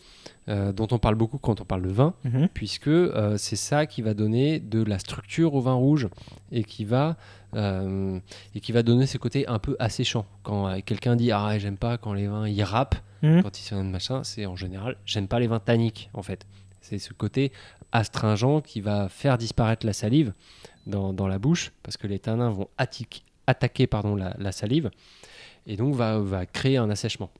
Speaker 1: euh, dont on parle beaucoup quand on parle de vin,
Speaker 2: Mhm.
Speaker 1: puisque euh, c'est ça qui va donner de la structure au vin rouge et qui va euh, et qui va donner ce côté un peu asséchant. Quand euh, quelqu'un dit ah ouais, j'aime pas quand les vins ils râpent,
Speaker 2: Mhm.
Speaker 1: quand ils sont de machin, c'est en général j'aime pas les vins tanniques en fait. C'est ce côté astringent qui va faire disparaître la salive dans, dans la bouche parce que les tanins vont attic- attaquer pardon la, la salive et donc va va créer un assèchement.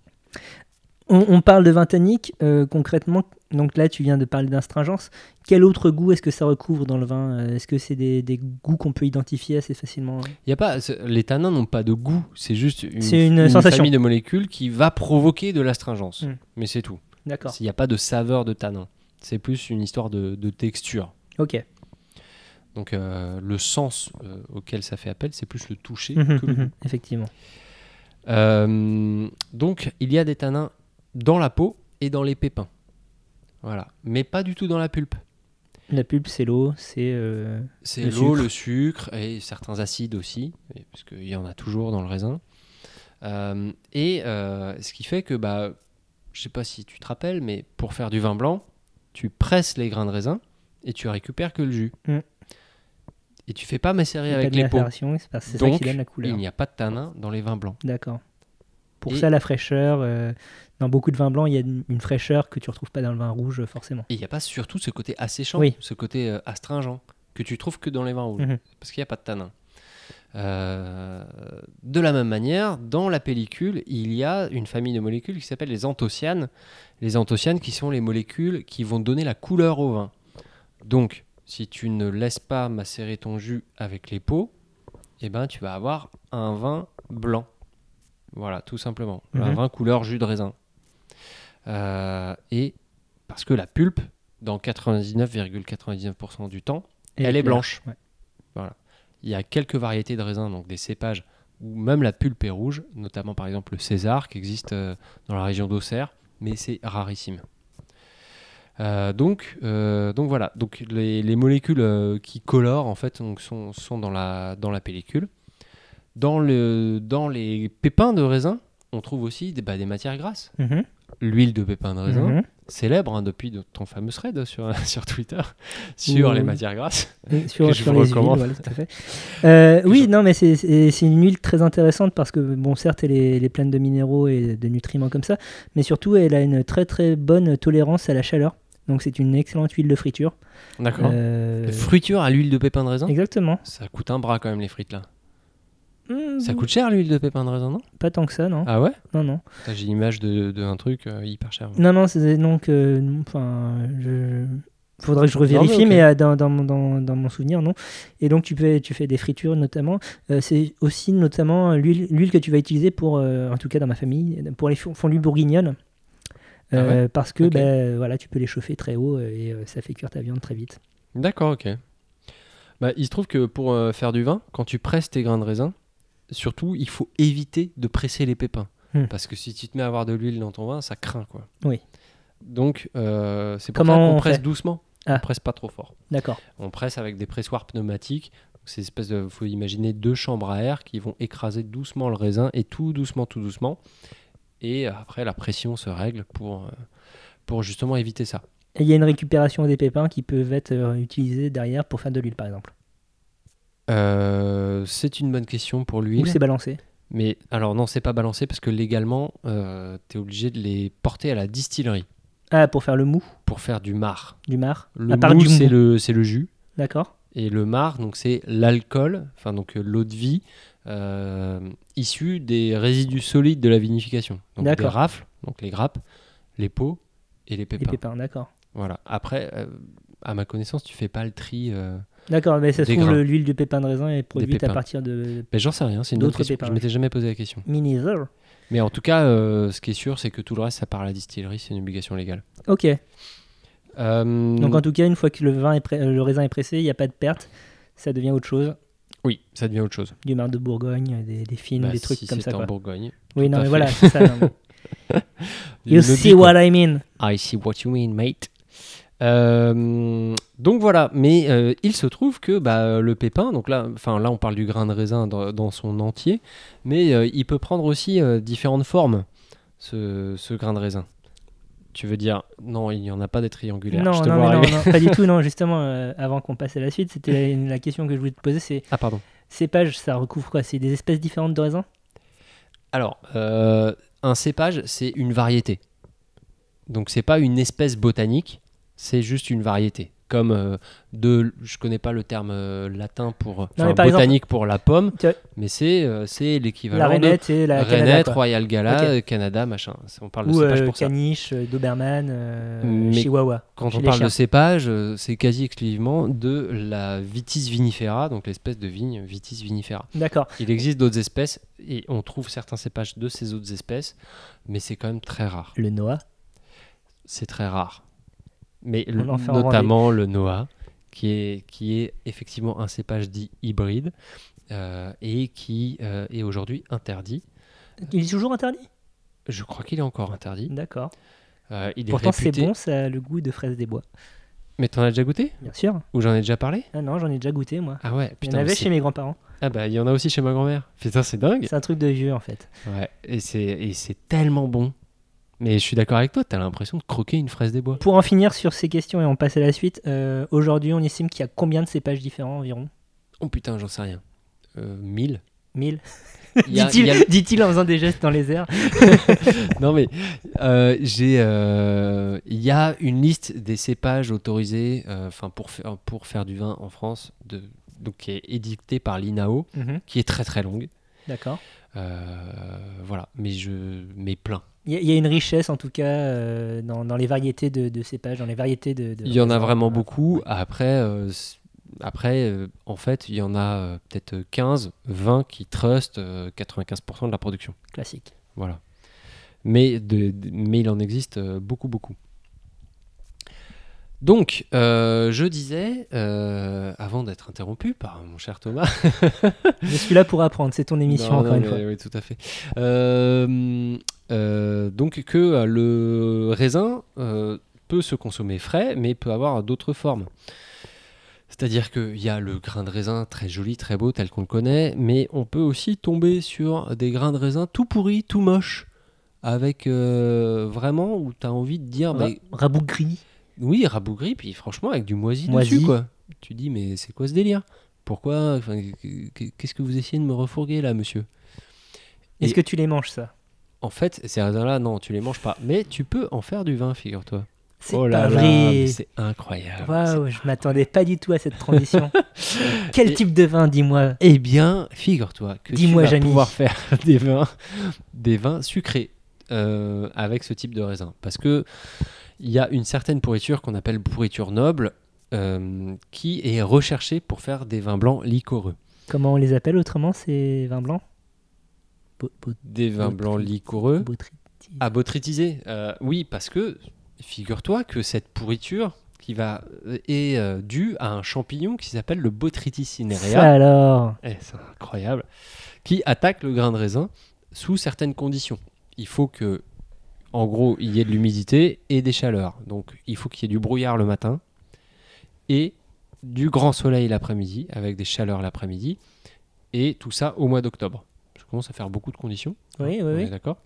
Speaker 2: On, on parle de vin tannique, euh, concrètement. Donc là, tu viens de parler d'instringence. Quel autre goût est-ce que ça recouvre dans le vin Euh, Est-ce que c'est des, des goûts qu'on peut identifier assez facilement
Speaker 1: Il y a pas, c'est- les tanins n'ont pas de goût, c'est juste une,
Speaker 2: C'est une sensation.
Speaker 1: famille de molécules qui va provoquer de l'astringence.
Speaker 2: Mm.
Speaker 1: Mais c'est tout.
Speaker 2: D'accord.
Speaker 1: Il n'y a pas de saveur de tanin. C'est plus une histoire de, de texture.
Speaker 2: Ok.
Speaker 1: Donc euh, le sens euh, auquel ça fait appel, c'est plus le toucher
Speaker 2: Mhm,
Speaker 1: que le
Speaker 2: mhm,
Speaker 1: goût.
Speaker 2: Effectivement.
Speaker 1: Euh, donc il y a des tanins dans la peau et dans les pépins. Voilà. Mais pas du tout dans la pulpe.
Speaker 2: La pulpe, c'est l'eau, c'est. euh,
Speaker 1: C'est
Speaker 2: Le
Speaker 1: l'eau,
Speaker 2: sucre.
Speaker 1: le sucre et certains acides aussi, et- parce qu'il y en a toujours dans le raisin. Euh, et euh, ce qui fait que, bah, je sais pas si tu te rappelles, mais pour faire du vin blanc, tu presses les grains de raisin et tu récupères que le jus.
Speaker 2: Mm.
Speaker 1: Et tu fais pas macérer
Speaker 2: il y a pas
Speaker 1: avec
Speaker 2: de
Speaker 1: les peaux.
Speaker 2: macération, C'est parce- c'est ça
Speaker 1: Donc,
Speaker 2: qui donne la
Speaker 1: Il
Speaker 2: couleur.
Speaker 1: n'y a pas de tanin dans les vins blancs.
Speaker 2: D'accord. Pour
Speaker 1: Et-
Speaker 2: ça, la fraîcheur. euh, dans beaucoup de vins blancs, il y a une une fraîcheur que tu retrouves pas dans le vin rouge, euh, forcément.
Speaker 1: Et il n'y a pas surtout ce côté asséchant,
Speaker 2: Oui.
Speaker 1: ce côté euh, astringent, que tu trouves que dans les vins rouges,
Speaker 2: Mhm.
Speaker 1: parce qu'il n'y a pas de tanin. Euh, de la même manière, dans la pellicule, il y a une famille de molécules qui s'appelle les anthocyanes. Les anthocyanes qui sont les molécules qui vont donner la couleur au vin. Donc, si tu ne laisses pas macérer ton jus avec les peaux, eh ben, tu vas avoir un vin blanc. Voilà, tout simplement. Un
Speaker 2: Mhm.
Speaker 1: vin couleur jus de raisin. Euh, et parce que la pulpe, dans 99,99% du temps,
Speaker 2: Et
Speaker 1: elle est
Speaker 2: claire.
Speaker 1: blanche.
Speaker 2: Ouais.
Speaker 1: Il y a quelques variétés de raisins, donc des cépages, où même la pulpe est rouge, notamment par exemple le César qui existe euh, dans la région d'Auxerre, mais c'est rarissime. Euh, donc, euh, donc voilà, donc les, les molécules euh, qui colorent en fait donc, sont, sont dans, la, dans la pellicule. Dans, le, dans les pépins de raisin, on trouve aussi des, bah, des matières grasses.
Speaker 2: Mhm,
Speaker 1: L'huile de pépins de raisin,
Speaker 2: mhm.
Speaker 1: célèbre hein, depuis de- ton fameux thread euh, sur, sur Twitter sur
Speaker 2: Oui.
Speaker 1: les matières grasses.
Speaker 2: Et sur,
Speaker 1: que je
Speaker 2: sur
Speaker 1: vous
Speaker 2: les huiles,
Speaker 1: recommande.
Speaker 2: voilà, tout à fait. Euh,
Speaker 1: Que
Speaker 2: oui,
Speaker 1: je-
Speaker 2: non, mais c'est- c'est c'est une huile très intéressante parce que, bon, certes, elle est, elle est pleine de minéraux et de nutriments comme ça, mais surtout, elle a une très très bonne tolérance à la chaleur. Donc, c'est une excellente huile de friture.
Speaker 1: D'accord. hein
Speaker 2: Euh,
Speaker 1: Friture à l'huile de pépins de raisin
Speaker 2: Exactement.
Speaker 1: Ça coûte un bras quand même les frites là.
Speaker 2: Hmm,
Speaker 1: Ça coûte cher l'huile de pépins de raisin, non
Speaker 2: Pas tant que ça, non.
Speaker 1: Ah ouais
Speaker 2: Non, non.
Speaker 1: Putain, J'ai l'image d'un de, un truc euh, hyper cher.
Speaker 2: Non, non, c'est donc. euh, non, Enfin, je. Faudrait que je
Speaker 1: Non, mais
Speaker 2: revérifie,
Speaker 1: ok.
Speaker 2: mais, euh, dans, dans mon- dans- dans mon souvenir, non. Et donc, tu, peux, tu fais des fritures notamment. Euh, c'est aussi notamment l'huile l'huile que tu vas utiliser pour, euh, en tout cas dans ma famille, pour les fon- fondues bourguignonnes.
Speaker 1: Ah
Speaker 2: Euh, Parce que
Speaker 1: Ok.
Speaker 2: ben, voilà, tu peux les chauffer très haut euh, et euh, ça fait cuire ta viande très vite.
Speaker 1: D'accord, ok. Bah, il se trouve que pour euh, faire du vin, quand tu presses tes grains de raisin, surtout il faut éviter de presser les pépins.
Speaker 2: Hmm.
Speaker 1: Parce que si tu te mets à avoir de l'huile dans ton vin, ça craint quoi.
Speaker 2: Oui.
Speaker 1: Donc euh, c'est pour
Speaker 2: Comment
Speaker 1: ça qu'on
Speaker 2: on
Speaker 1: presse
Speaker 2: fait
Speaker 1: doucement.
Speaker 2: Ah.
Speaker 1: On presse pas trop fort.
Speaker 2: D'accord.
Speaker 1: On presse avec des pressoirs pneumatiques. Ces espèces de, faut imaginer deux chambres à air qui vont écraser doucement le raisin et tout doucement, tout doucement. Et après, la pression se règle pour, euh, pour justement éviter ça.
Speaker 2: Et il y a une récupération des pépins qui peuvent être euh, utilisés derrière pour faire de l'huile, par exemple.
Speaker 1: Euh, c'est une bonne question pour lui.
Speaker 2: Ou c'est balancé.
Speaker 1: Mais alors, non, c'est pas balancé parce que légalement, tu es obligé de les porter à la distillerie
Speaker 2: Ah, pour faire le mou
Speaker 1: pour faire du mar.
Speaker 2: du mar.
Speaker 1: Le
Speaker 2: à part
Speaker 1: mou,
Speaker 2: du
Speaker 1: c'est
Speaker 2: mou.
Speaker 1: le, c'est le jus.
Speaker 2: D'accord.
Speaker 1: Et le mar, donc c'est l'alcool, enfin donc euh, l'eau de vie euh, issue des résidus solides de la vinification. Donc des
Speaker 2: D'accord.
Speaker 1: rafles, donc les grappes, les pots et les
Speaker 2: Les
Speaker 1: pépins.
Speaker 2: pépins, d'accord.
Speaker 1: Voilà. Après, euh, à ma connaissance, tu fais pas le tri. euh,
Speaker 2: D'accord, mais ça se
Speaker 1: Des
Speaker 2: trouve,
Speaker 1: grains.
Speaker 2: le- l'huile de pépins de raisin est produite à
Speaker 1: pépins.
Speaker 2: partir de
Speaker 1: Ben, j'en sais rien, c'est une autre
Speaker 2: D'autres
Speaker 1: question.
Speaker 2: pépins,
Speaker 1: Je m'étais jamais posé la question.
Speaker 2: mini
Speaker 1: Mais en tout cas, euh, ce qui est sûr, c'est que tout le reste, ça part à la distillerie, c'est une obligation légale.
Speaker 2: Ok.
Speaker 1: Euh,
Speaker 2: Donc en tout cas, une fois que le, vin est pré- euh, le raisin est pressé, il n'y a pas de perte. Ça devient autre chose.
Speaker 1: Oui, ça devient autre chose.
Speaker 2: Du mar de Bourgogne, des, des films,
Speaker 1: Bah,
Speaker 2: des trucs
Speaker 1: si
Speaker 2: comme ça.
Speaker 1: C'est en
Speaker 2: Quoi.
Speaker 1: Bourgogne.
Speaker 2: Oui,
Speaker 1: à
Speaker 2: non, mais
Speaker 1: fait.
Speaker 2: voilà, c'est ça. non, mais-
Speaker 1: Le
Speaker 2: You see
Speaker 1: Nobi, quoi.
Speaker 2: what I mean.
Speaker 1: I see what you mean, mate. Euh, donc voilà, mais euh, il se trouve que bah, le pépin, donc là, enfin là on parle du grain de raisin dans, dans son entier, mais euh, il peut prendre aussi euh, différentes formes, ce, ce grain de raisin. Tu veux dire, non, il n'y en a pas des triangulaires. je
Speaker 2: Non,
Speaker 1: te
Speaker 2: non,
Speaker 1: vois
Speaker 2: mais non,
Speaker 1: arriver.
Speaker 2: non, pas du tout. Non, justement, euh, avant qu'on passe à la suite, c'était la, la question que je voulais te poser. C'est
Speaker 1: Ah pardon.
Speaker 2: cépage, ça recouvre quoi C'est des espèces différentes de raisins
Speaker 1: Alors, euh, un cépage, c'est une variété. Donc, c'est pas une espèce botanique, c'est juste une variété. Comme euh, de, je connais pas le terme euh, latin pour enfin,
Speaker 2: mais par
Speaker 1: botanique pour la pomme,
Speaker 2: Tu vois-
Speaker 1: mais c'est euh, c'est
Speaker 2: La
Speaker 1: l'équivalent de
Speaker 2: rainette et la Canada,
Speaker 1: Renette,
Speaker 2: quoi.
Speaker 1: Royal Gala, euh, Canada, machin. C'est- On parle de
Speaker 2: Ou
Speaker 1: cépage
Speaker 2: euh,
Speaker 1: pour ça.
Speaker 2: caniche, euh, Doberman, euh,
Speaker 1: Mais
Speaker 2: Chihuahua.
Speaker 1: Quand
Speaker 2: chez
Speaker 1: on
Speaker 2: les
Speaker 1: parle de
Speaker 2: chiens.
Speaker 1: cépage, euh, c'est quasi exclusivement de la vitis vinifera, donc l'espèce de vigne vitis vinifera.
Speaker 2: D'accord.
Speaker 1: Il existe d'autres espèces et on trouve certains cépages de ces autres espèces, mais c'est quand même très rare.
Speaker 2: Le Noah.
Speaker 1: C'est très rare. Mais
Speaker 2: On
Speaker 1: le-
Speaker 2: en fait en
Speaker 1: notamment le Noah, qui est, qui est effectivement un cépage dit hybride euh, et qui euh, est aujourd'hui interdit.
Speaker 2: Il est toujours interdit
Speaker 1: Je crois qu'il est encore interdit.
Speaker 2: D'accord.
Speaker 1: Euh, il est
Speaker 2: Pourtant, c'est
Speaker 1: réputé-
Speaker 2: bon, ça a le goût de fraise des bois.
Speaker 1: Mais t'en as déjà goûté
Speaker 2: Bien sûr.
Speaker 1: Ou j'en ai déjà parlé
Speaker 2: Ah non, j'en ai déjà goûté, moi.
Speaker 1: Ah ouais,
Speaker 2: Il y
Speaker 1: putain.
Speaker 2: en avait
Speaker 1: mais
Speaker 2: chez
Speaker 1: c'est-
Speaker 2: mes grands-parents.
Speaker 1: Ah bah, il y en a aussi chez ma grand-mère. Putain, c'est dingue.
Speaker 2: C'est un truc de vieux, en fait.
Speaker 1: Ouais, et c'est et c'est tellement bon. Mais je suis d'accord avec toi, t'as l'impression de croquer une fraise des bois.
Speaker 2: Pour en finir sur ces questions et on passe à la suite, euh, aujourd'hui, on estime qu'il y a combien de cépages différents environ
Speaker 1: Oh putain, j'en sais rien. Euh, 1000
Speaker 2: 1000
Speaker 1: Il y a-
Speaker 2: Dit-il
Speaker 1: il y a-
Speaker 2: dit-il en faisant des gestes dans les airs.
Speaker 1: Non mais euh, j'ai, euh, il y a une liste des cépages autorisés, euh, enfin pour faire pour faire du vin en France, de, donc qui est édictée par l'INAO,
Speaker 2: Mhm,
Speaker 1: qui est très très longue.
Speaker 2: D'accord.
Speaker 1: Euh, voilà, mais je mets plein.
Speaker 2: Il y, a- il y a une richesse, en tout cas, euh, dans, dans les variétés de, de cépages, dans les variétés de. de
Speaker 1: Il y en a
Speaker 2: raisins. euh,
Speaker 1: vraiment beaucoup. Après, euh, c- après euh, en fait, il y en a euh, peut-être 15, 20 qui trustent euh, 95% de la production.
Speaker 2: Classique.
Speaker 1: Voilà. Mais, de- de- mais il en existe euh, beaucoup, beaucoup. Donc, euh, je disais, euh, avant d'être interrompu par mon cher Thomas.
Speaker 2: Je suis là pour apprendre, c'est ton émission,
Speaker 1: Non,
Speaker 2: encore
Speaker 1: non,
Speaker 2: une
Speaker 1: mais
Speaker 2: fois.
Speaker 1: Oui, tout à fait. Euh, euh, donc, que euh, le raisin euh, peut se consommer frais, mais peut avoir d'autres formes. C'est-à-dire qu'il y a le grain de raisin très joli, très beau, tel qu'on le connaît, mais on peut aussi tomber sur des grains de raisin tout pourris, tout moches, avec euh, vraiment où tu as envie de dire,
Speaker 2: Ra-
Speaker 1: mais
Speaker 2: Rabougri.
Speaker 1: oui, rabougri, puis franchement, avec du moisi,
Speaker 2: Moisi.
Speaker 1: dessus, quoi. Tu dis, mais c'est quoi ce délire Pourquoi enfin, Qu'est-ce que vous essayez de me refourguer, là, monsieur
Speaker 2: Est-ce
Speaker 1: Et-
Speaker 2: que tu les manges, ça
Speaker 1: En fait, ces raisins-là, non, tu les manges pas. Mais tu peux en faire du vin, figure-toi.
Speaker 2: C'est
Speaker 1: oh là
Speaker 2: pas
Speaker 1: là,
Speaker 2: vrai.
Speaker 1: mais c'est incroyable.
Speaker 2: Waouh, je m'attendais pas du tout à cette transition. Quel type de vin, dis-moi
Speaker 1: Eh bien, figure-toi que tu
Speaker 2: Dis-moi,
Speaker 1: vas
Speaker 2: Jamy.
Speaker 1: pouvoir faire des vins, des vins sucrés euh, avec ce type de raisin. Parce que il y a une certaine pourriture qu'on appelle pourriture noble euh, qui est recherchée pour faire des vins blancs liquoreux.
Speaker 2: Comment on les appelle autrement, ces vins blancs Bo- bo-
Speaker 1: Des vins
Speaker 2: Botry-
Speaker 1: blancs liquoreux Ah,
Speaker 2: botrytis.
Speaker 1: Abotritisé, euh, oui, parce que figure-toi que cette pourriture qui va est euh, due à un champignon qui s'appelle le Botrytis
Speaker 2: Ça
Speaker 1: cinerea.
Speaker 2: alors
Speaker 1: Eh, C'est incroyable. Qui attaque le grain de raisin sous certaines conditions. Il faut que, en gros, il y ait de l'humidité et des chaleurs. Donc, il faut qu'il y ait du brouillard le matin et du grand soleil l'après-midi avec des chaleurs l'après-midi et tout ça au mois d'octobre. Parce qu'on- commence à faire beaucoup de conditions.
Speaker 2: Oui, oui,
Speaker 1: On est
Speaker 2: oui.
Speaker 1: d'accord.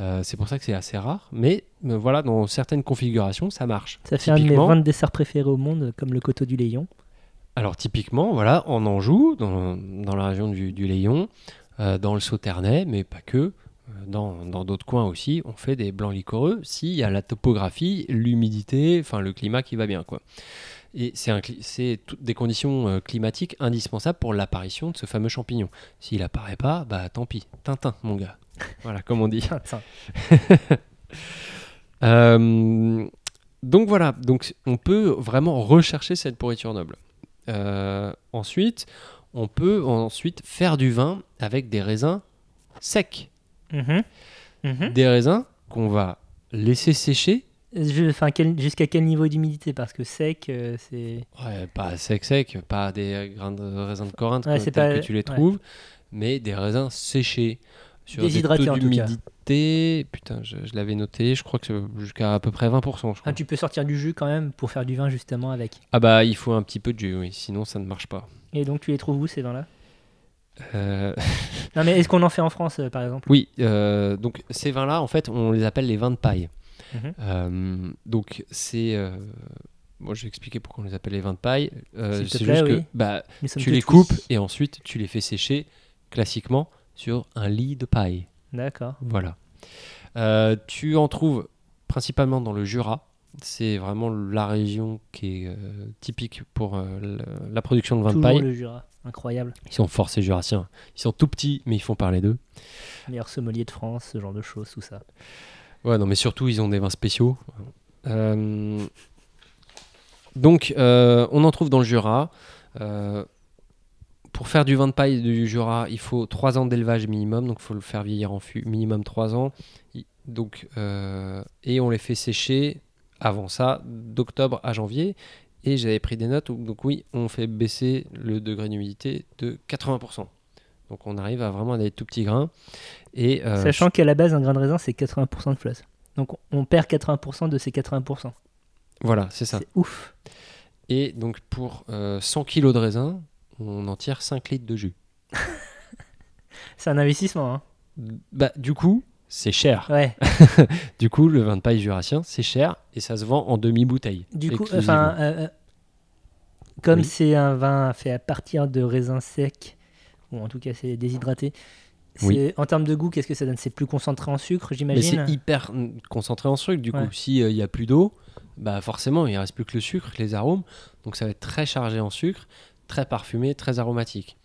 Speaker 1: Euh, c'est pour ça que c'est assez rare. Mais euh, voilà, dans certaines configurations, ça marche.
Speaker 2: Ça fait un de mes
Speaker 1: Typiquement-
Speaker 2: 20 desserts préférés au monde, comme le coteau du Léon.
Speaker 1: Alors typiquement, voilà, en Anjou, dans, dans la région du, du Léon, euh, dans le Sauternay, mais pas que, euh, dans dans d'autres coins aussi, on fait des blancs liquoreux s'il y a la topographie, l'humidité, enfin le climat qui va bien. quoi. Et c'est un cli- c'est toutes des conditions euh, climatiques indispensables pour l'apparition de ce fameux champignon. S'il apparaît pas, bah tant pis, Tintin mon gars. Voilà, comme on dit.
Speaker 2: Tiens, tiens.
Speaker 1: Euh, donc voilà, donc on peut vraiment rechercher cette pourriture noble. Euh, ensuite, on peut ensuite faire du vin avec des raisins secs,
Speaker 2: Mhm. Mhm.
Speaker 1: des raisins qu'on va laisser sécher.
Speaker 2: Je- enfin, quel- Jusqu'à quel niveau d'humidité Parce que sec, euh, c'est.
Speaker 1: Ouais, pas sec sec, pas des grains de raisins de Corinthe
Speaker 2: Ouais,
Speaker 1: comme
Speaker 2: c'est
Speaker 1: tels
Speaker 2: pas-
Speaker 1: que tu les
Speaker 2: ouais.
Speaker 1: trouves, mais des raisins séchés sur des
Speaker 2: Déshydratés,
Speaker 1: taux
Speaker 2: en tout cas.
Speaker 1: d'humidité. Putain, je, je l'avais noté, je crois que c'est jusqu'à à peu près 20%. Je crois.
Speaker 2: Ah, tu peux sortir du jus quand même pour faire du vin justement avec.
Speaker 1: ah bah il faut un petit peu de jus, oui, sinon ça ne marche pas.
Speaker 2: Et donc tu les trouves où ces vins-là
Speaker 1: Euh,
Speaker 2: Non mais est-ce qu'on en fait en France euh, par exemple
Speaker 1: oui, euh, donc ces vins-là, en fait, on les appelle les vins de paille.
Speaker 2: Mhm.
Speaker 1: Euh, donc c'est... euh, Moi, je vais expliquer pourquoi on les appelle les vins de paille. Euh,
Speaker 2: S'il te
Speaker 1: c'est
Speaker 2: plaît,
Speaker 1: juste
Speaker 2: oui.
Speaker 1: que bah,
Speaker 2: Nous sommes
Speaker 1: tu les
Speaker 2: tous-
Speaker 1: coupes et ensuite tu les fais sécher classiquement sur un lit de paille.
Speaker 2: D'accord.
Speaker 1: Voilà. Euh, tu en trouves principalement dans le Jura. C'est vraiment la région qui est euh, typique pour euh, le- la production de vins de
Speaker 2: Toujours
Speaker 1: paille.
Speaker 2: le Jura, incroyable.
Speaker 1: Ils sont forcés jurassiens. Ils sont tout petits, mais ils font parler d'eux.
Speaker 2: Meilleur sommelier de France, ce genre de choses, tout ça.
Speaker 1: Ouais, non, mais surtout, ils ont des vins spéciaux. Euh, Donc, euh, on en trouve dans le Jura. Euh, Pour faire du vin de paille du Jura, il faut 3 ans d'élevage minimum, donc il faut le faire vieillir en fût minimum 3 ans. Il- Donc, euh, et on les fait sécher avant ça, d'octobre à janvier. Et j'avais pris des notes, où- donc oui, on fait baisser le degré d'humidité de 80%. Donc on arrive à vraiment des tout petits grains. Et, euh,
Speaker 2: Sachant qu'à la base un grain de raisin c'est 80% de flotte. Donc on perd 80% de ces 80%.
Speaker 1: voilà, c'est ça.
Speaker 2: C'est ouf.
Speaker 1: Et donc pour euh, 100 kilos de raisin, on en tire 5 litres de jus.
Speaker 2: C'est un investissement. Hein.
Speaker 1: Bah, du coup, c'est cher.
Speaker 2: Ouais.
Speaker 1: Du coup, le vin de paille jurassien, c'est cher et ça se vend en demi-bouteille.
Speaker 2: Du coup,
Speaker 1: exclusivement.
Speaker 2: enfin, euh, euh, comme
Speaker 1: Oui.
Speaker 2: c'est un vin fait à partir de raisins secs ou en tout cas c'est déshydraté. c'est-
Speaker 1: Oui.
Speaker 2: En termes de goût, qu'est-ce que ça donne C'est plus concentré en sucre,
Speaker 1: Mais
Speaker 2: j'imagine.
Speaker 1: c'est hyper mm, concentré en sucre. Du
Speaker 2: Ouais.
Speaker 1: coup, s'il n'y a plus d'eau, bah forcément, il reste plus que le sucre, les arômes. Donc ça va être très chargé en sucre, très parfumé, très aromatique.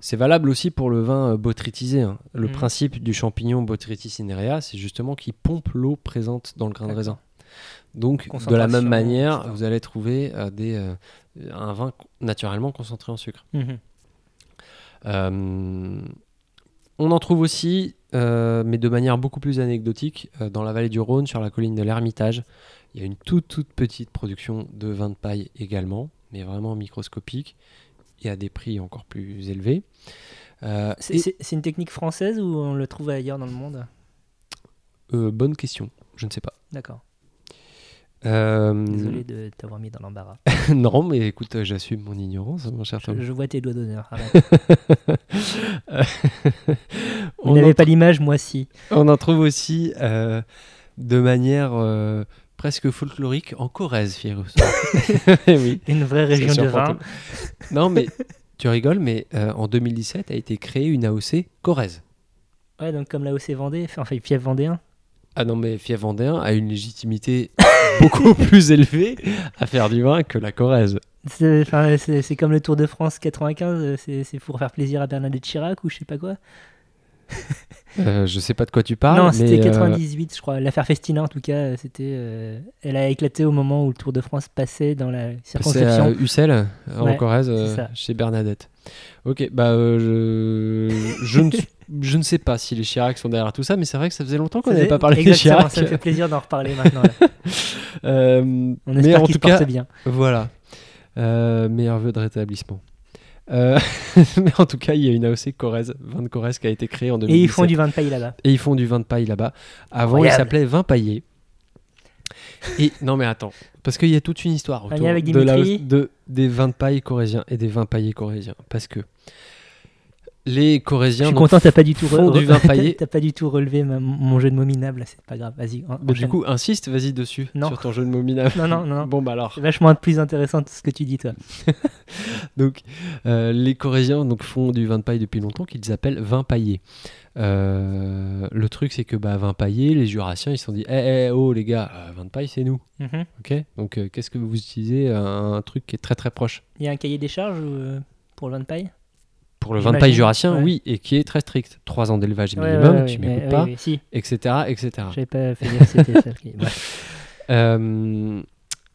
Speaker 1: C'est valable aussi pour le vin euh, botrytisé. hein. Le
Speaker 2: Mhm.
Speaker 1: principe du champignon Botrytis cinerea, c'est justement qu'il pompe l'eau présente dans le grain de
Speaker 2: D'accord.
Speaker 1: raisin. Donc, de la
Speaker 2: Concentration,
Speaker 1: même manière,
Speaker 2: etc.
Speaker 1: vous allez trouver euh, des, euh, un vin co- naturellement concentré en sucre.
Speaker 2: Mhm.
Speaker 1: Euh, on en trouve aussi, euh, mais de manière beaucoup plus anecdotique, euh, dans la vallée du Rhône, sur la colline de l'Ermitage. Il y a une toute toute petite production de vin de paille également, mais vraiment microscopique et à des prix encore plus élevés. Euh,
Speaker 2: C'est-
Speaker 1: et-
Speaker 2: C'est c'est une technique française ou on le trouve ailleurs dans le monde
Speaker 1: euh, bonne question, je ne sais pas.
Speaker 2: D'accord.
Speaker 1: Euh,
Speaker 2: Désolé de t'avoir mis dans l'embarras.
Speaker 1: non, mais écoute, euh, j'assume mon ignorance, mon cher
Speaker 2: Je,
Speaker 1: Tom.
Speaker 2: je vois tes doigts d'honneur. arrête.
Speaker 1: On
Speaker 2: Vous
Speaker 1: en
Speaker 2: n'avez pas l'image, moi si.
Speaker 1: On en trouve aussi euh, de manière euh, presque folklorique en Corrèze, Fierus. oui.
Speaker 2: Une vraie région
Speaker 1: Ça
Speaker 2: de
Speaker 1: surprend
Speaker 2: vin.
Speaker 1: tout le- Non, mais tu rigoles, mais euh, en 2017 a été créée une AOC Corrèze.
Speaker 2: Ouais, donc comme la OC Vendée, hein. enfin Fief Vendéen.
Speaker 1: Ah non, mais Fief Vendéen a une légitimité beaucoup plus élevée à faire du vin que la Corrèze.
Speaker 2: C'est enfin, c'est- c'est comme le Tour de France 95, euh, c'est c'est pour faire plaisir à Bernadette Chirac ou je sais pas quoi.
Speaker 1: Euh, je sais pas de quoi tu parles.
Speaker 2: non,
Speaker 1: mais,
Speaker 2: c'était
Speaker 1: euh,
Speaker 2: 98, je crois. L'affaire Festina, en tout cas, euh, c'était. euh, elle a éclaté au moment où le Tour de France passait dans la
Speaker 1: C'est à
Speaker 2: circonscription.
Speaker 1: Ussel, euh, en
Speaker 2: Ouais,
Speaker 1: Corrèze, euh,
Speaker 2: c'est ça.
Speaker 1: chez Bernadette. Ok, bah euh, je... je ne... je ne sais pas si les Chirac sont derrière tout ça, mais c'est vrai que ça faisait longtemps qu'on
Speaker 2: Ça
Speaker 1: n'avait
Speaker 2: faisait-
Speaker 1: pas parlé des
Speaker 2: Exactement,
Speaker 1: Chirac.
Speaker 2: Ça me fait plaisir d'en reparler maintenant. là.
Speaker 1: Euh,
Speaker 2: On
Speaker 1: mais
Speaker 2: espère
Speaker 1: en
Speaker 2: qu'ils
Speaker 1: tout
Speaker 2: se portent
Speaker 1: cas,
Speaker 2: bien.
Speaker 1: voilà. Euh, meilleur vœu de rétablissement. Euh, mais en tout cas, il y a une AOC Corrèze, vin de Corrèze qui a été créée en 2017.
Speaker 2: Et ils font du vin de paille là-bas.
Speaker 1: Et ils font du vin de paille là-bas. Avant, il
Speaker 2: Incroyable.
Speaker 1: s'appelait Vin Paillé. Et non, mais attends, parce qu'il y a toute une histoire
Speaker 2: lien
Speaker 1: autour
Speaker 2: avec
Speaker 1: de la-
Speaker 2: Dimitri
Speaker 1: de- des vins de paille corréziens et des vins paillés corréziens. Parce que les Corésiens
Speaker 2: Je suis
Speaker 1: donc,
Speaker 2: content, t'as pas du tout
Speaker 1: font
Speaker 2: re-
Speaker 1: du vin paillé.
Speaker 2: t'as pas du tout relevé ma- mon jeu de mots minables, là, c'est pas grave. Vas-y. en-
Speaker 1: Mais Bah, du
Speaker 2: enchaîne.
Speaker 1: coup, insiste, vas-y dessus,
Speaker 2: Non.
Speaker 1: sur ton jeu de mots minables.
Speaker 2: Non, non, non.
Speaker 1: Bon, bah alors.
Speaker 2: C'est vachement plus intéressant tout ce que tu dis, toi.
Speaker 1: Donc, euh, les Corésiens donc, font du vin de paille depuis longtemps qu'ils appellent vin paillé. Euh, le truc, c'est que bah, vin paillé, les Jurassiens, ils se sont dit Eh, eh, oh les gars, euh, vin de paille, c'est nous.
Speaker 2: Mhm.
Speaker 1: ok Donc, euh, qu'est-ce que vous utilisez Un truc qui est très très proche.
Speaker 2: Il y a un cahier des charges ou, euh, pour le vin de paille
Speaker 1: Pour le vin de
Speaker 2: J'imagine,
Speaker 1: paille jurassien,
Speaker 2: ouais.
Speaker 1: oui, et qui est très strict. 3 ans d'élevage
Speaker 2: Ouais,
Speaker 1: minimum,
Speaker 2: ouais, ouais,
Speaker 1: tu
Speaker 2: ouais,
Speaker 1: m'écoutes
Speaker 2: ouais,
Speaker 1: pas,
Speaker 2: ouais, Si,
Speaker 1: etc. etc.
Speaker 2: j'avais pas fait gaffe, c'était ça le cahier. Bref.
Speaker 1: Euh,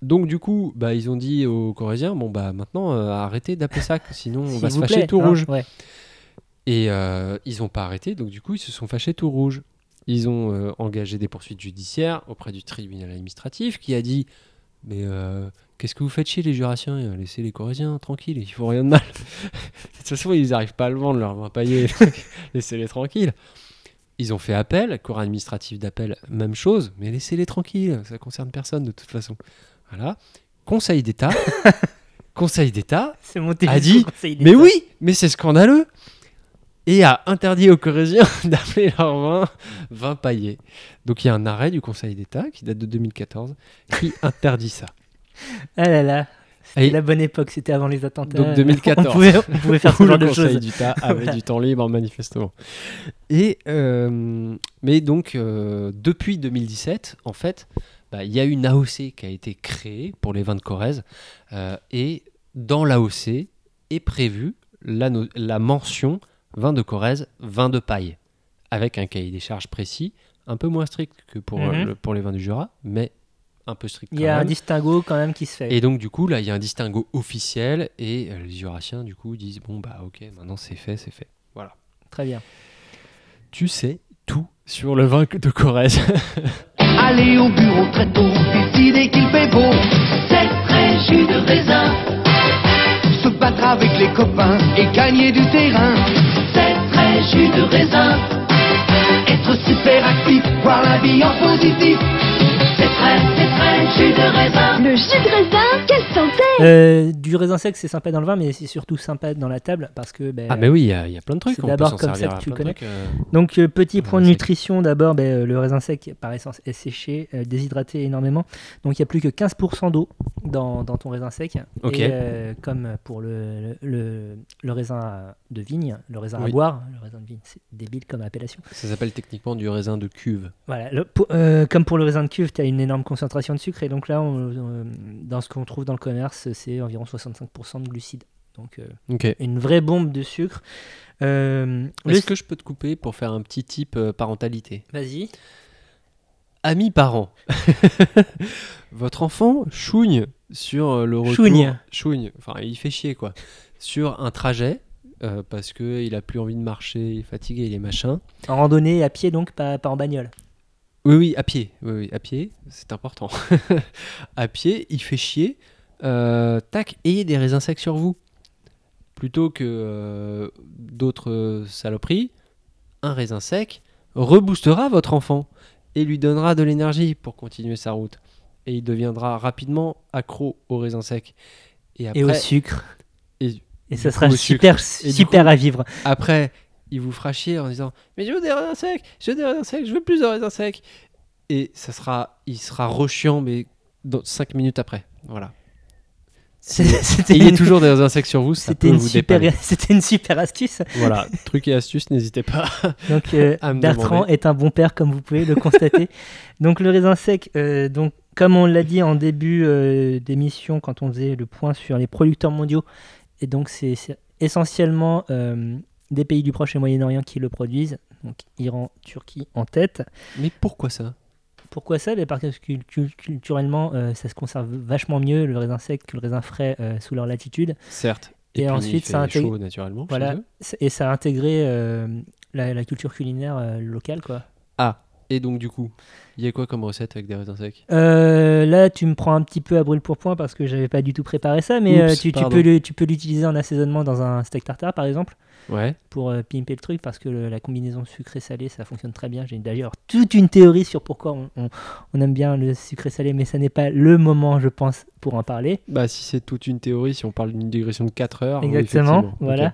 Speaker 1: donc du coup, bah, ils ont dit aux Corésiens, bon bah maintenant euh, arrêtez d'appeler ça, sinon on
Speaker 2: S'il
Speaker 1: va se
Speaker 2: vous
Speaker 1: fâcher
Speaker 2: plaît,
Speaker 1: tout
Speaker 2: hein,
Speaker 1: rouge.
Speaker 2: ouais.
Speaker 1: Et euh, ils n'ont pas arrêté, donc du coup ils se sont fâchés tout rouge. Ils ont euh, engagé des poursuites judiciaires auprès du tribunal administratif qui a dit, mais euh, qu'est-ce que vous faites chez les Jurassiens Euh, Laissez les Corésiens tranquilles, ils font rien de mal. de toute façon ils n'arrivent pas à le vendre leur vin paillé, laissez-les tranquilles. Ils ont fait appel, corps administratif d'appel, même chose, mais laissez-les tranquilles, ça concerne personne de toute façon. Voilà. Conseil d'État. Conseil d'État.
Speaker 2: C'est monté
Speaker 1: A
Speaker 2: jusqu'au
Speaker 1: dit,
Speaker 2: Conseil
Speaker 1: Mais
Speaker 2: d'État.
Speaker 1: oui, mais c'est scandaleux. Et a interdit aux Corésiens d'appeler leur vin vin paillé. Donc il y a un arrêt du Conseil d'État qui date de 2014 qui interdit ça.
Speaker 2: Ah là là. C'était
Speaker 1: Et-
Speaker 2: la bonne époque, c'était avant les attentats.
Speaker 1: Donc 2014.
Speaker 2: On pouvait, on pouvait faire
Speaker 1: Où
Speaker 2: ce genre
Speaker 1: le
Speaker 2: de
Speaker 1: Conseil
Speaker 2: choses.
Speaker 1: d'État avait
Speaker 2: Voilà.
Speaker 1: du temps libre manifestement. Et euh, mais donc euh, depuis 2017, en fait, bah, il y a une AOC qui a été créée pour les vins de Corrèze euh, et dans l'AOC est prévue la, no- la mention vin de Corrèze, vin de paille, avec un cahier des charges précis, un peu moins strict que pour, euh,
Speaker 2: Mhm.
Speaker 1: le- pour les vins du Jura, mais un peu strict.
Speaker 2: Il
Speaker 1: Quand
Speaker 2: y a un
Speaker 1: même.
Speaker 2: distinguo quand même qui se fait.
Speaker 1: Et donc, du coup, là, il y a un distinguo officiel et euh, les Jurassiens, du coup, disent Bon, bah, ok, maintenant c'est fait, c'est fait. Voilà.
Speaker 2: Très bien.
Speaker 1: Tu sais tout sur le vin de Corrèze.
Speaker 5: Allez au bureau très tôt, décider qu'il fait beau. Cette très jus de raisin. Se battre avec les copains et gagner du terrain. Cette très jus de raisin. Être super actif, voir la vie en positif. C'est très, c'est très jus de raisin.
Speaker 6: Le jus de raisin, quelle santé
Speaker 2: Euh, du raisin sec, c'est sympa dans le vin, mais c'est surtout sympa dans la table parce que. ben,
Speaker 1: ah, mais oui, il y, a- il y a plein de trucs.
Speaker 2: C'est
Speaker 1: on peut
Speaker 2: d'abord
Speaker 1: s'en
Speaker 2: comme ça
Speaker 1: servir à
Speaker 2: que tu le
Speaker 1: plein de
Speaker 2: connais.
Speaker 1: trucs, euh.
Speaker 2: Donc, euh, petit point
Speaker 1: Raisin sec.
Speaker 2: nutrition d'abord, ben, euh, le raisin sec par essence est séché, euh, déshydraté énormément. Donc, il n'y a plus que 15% d'eau dans, dans ton raisin sec.
Speaker 1: Ok.
Speaker 2: Et, euh, comme pour le, le, le raisin de vigne, le raisin
Speaker 1: Oui.
Speaker 2: à boire, le raisin de vigne, c'est débile comme appellation.
Speaker 1: Ça s'appelle techniquement du raisin de cuve.
Speaker 2: Voilà, le- pour- euh, comme pour le raisin de cuve, tu as une énorme concentration de sucre. Et donc là, on- on- dans ce qu'on trouve dans le commerce, c'est environ 65% de glucides. Donc, euh,
Speaker 1: Ok.
Speaker 2: une vraie bombe de sucre. Euh, le-
Speaker 1: Est-ce que je peux te couper pour faire un petit type parentalité
Speaker 2: Vas-y.
Speaker 1: Amis parents, votre enfant chouigne sur euh, le retour.
Speaker 2: Chouigne.
Speaker 1: Chouigne. Enfin, il fait chier quoi. Sur un trajet euh, parce que il a plus envie de marcher, il est fatigué, il est machin.
Speaker 2: En randonnée à pied, donc, pas, pas en bagnole.
Speaker 1: Oui, oui, à pied. Oui, oui, à pied, c'est important. à pied, il fait chier. Euh, tac, ayez des raisins secs sur vous. Plutôt que euh, d'autres euh, saloperies, un raisin sec reboostera votre enfant et lui donnera de l'énergie pour continuer sa route. Et il deviendra rapidement accro aux raisins secs. Et après,
Speaker 2: Et au sucre.
Speaker 1: et-
Speaker 2: Et
Speaker 1: du
Speaker 2: ça sera
Speaker 1: coup, au
Speaker 2: super,
Speaker 1: Et du
Speaker 2: super à vivre.
Speaker 1: après, il vous fera chier en disant Mais je veux des raisins secs, je veux des raisins secs, je veux plus de raisins secs. Et ça sera, il sera rechiant, mais dans 5 minutes après. Voilà.
Speaker 2: C'est- C'était
Speaker 1: Ayez
Speaker 2: une-
Speaker 1: toujours des raisins secs sur vous, ça peut
Speaker 2: C'était une,
Speaker 1: vous
Speaker 2: super,
Speaker 1: dépanner.
Speaker 2: c'était une super astuce.
Speaker 1: Voilà, truc et astuce, n'hésitez pas.
Speaker 2: Donc euh,
Speaker 1: À me
Speaker 2: Bertrand
Speaker 1: demander.
Speaker 2: est un bon père, comme vous pouvez le constater. donc le raisin sec, euh, donc, comme on l'a dit en début euh, d'émission, quand on faisait le point sur les producteurs mondiaux, et donc c'est c'est essentiellement euh, des pays du Proche et Moyen-Orient qui le produisent, donc Iran, Turquie en tête.
Speaker 1: Mais pourquoi ça
Speaker 2: Pourquoi ça Ben, Parce que cul- cul- culturellement, euh, ça se conserve vachement mieux le raisin sec que le raisin frais euh, sous leur latitude.
Speaker 1: Certes.
Speaker 2: Et
Speaker 1: puis,
Speaker 2: ensuite,
Speaker 1: il fait
Speaker 2: ça intègre-
Speaker 1: chaud naturellement. chez
Speaker 2: Voilà.
Speaker 1: eux.
Speaker 2: C- Et ça a intégré euh, la, la culture culinaire euh, locale, quoi.
Speaker 1: Et donc, du coup, il y a quoi comme recette avec des raisins secs
Speaker 2: Euh, là, tu me prends un petit peu à brûle pour point parce que j'avais pas du tout préparé ça, mais
Speaker 1: Oups,
Speaker 2: euh, tu, tu
Speaker 1: pardon.
Speaker 2: peux le- tu peux l'utiliser en assaisonnement dans un steak tartare par exemple
Speaker 1: Ouais.
Speaker 2: pour euh, pimper le truc parce que le- la combinaison sucré-salé ça fonctionne très bien. J'ai d'ailleurs toute une théorie sur pourquoi on, on- on aime bien le sucré-salé, mais ça n'est pas le moment, je pense, pour en parler. Ah
Speaker 1: Bah, si c'est toute une théorie, si on parle d'une digression de 4 heures. oui,
Speaker 2: Exactement,
Speaker 1: effectivement.
Speaker 2: voilà.
Speaker 1: Ok.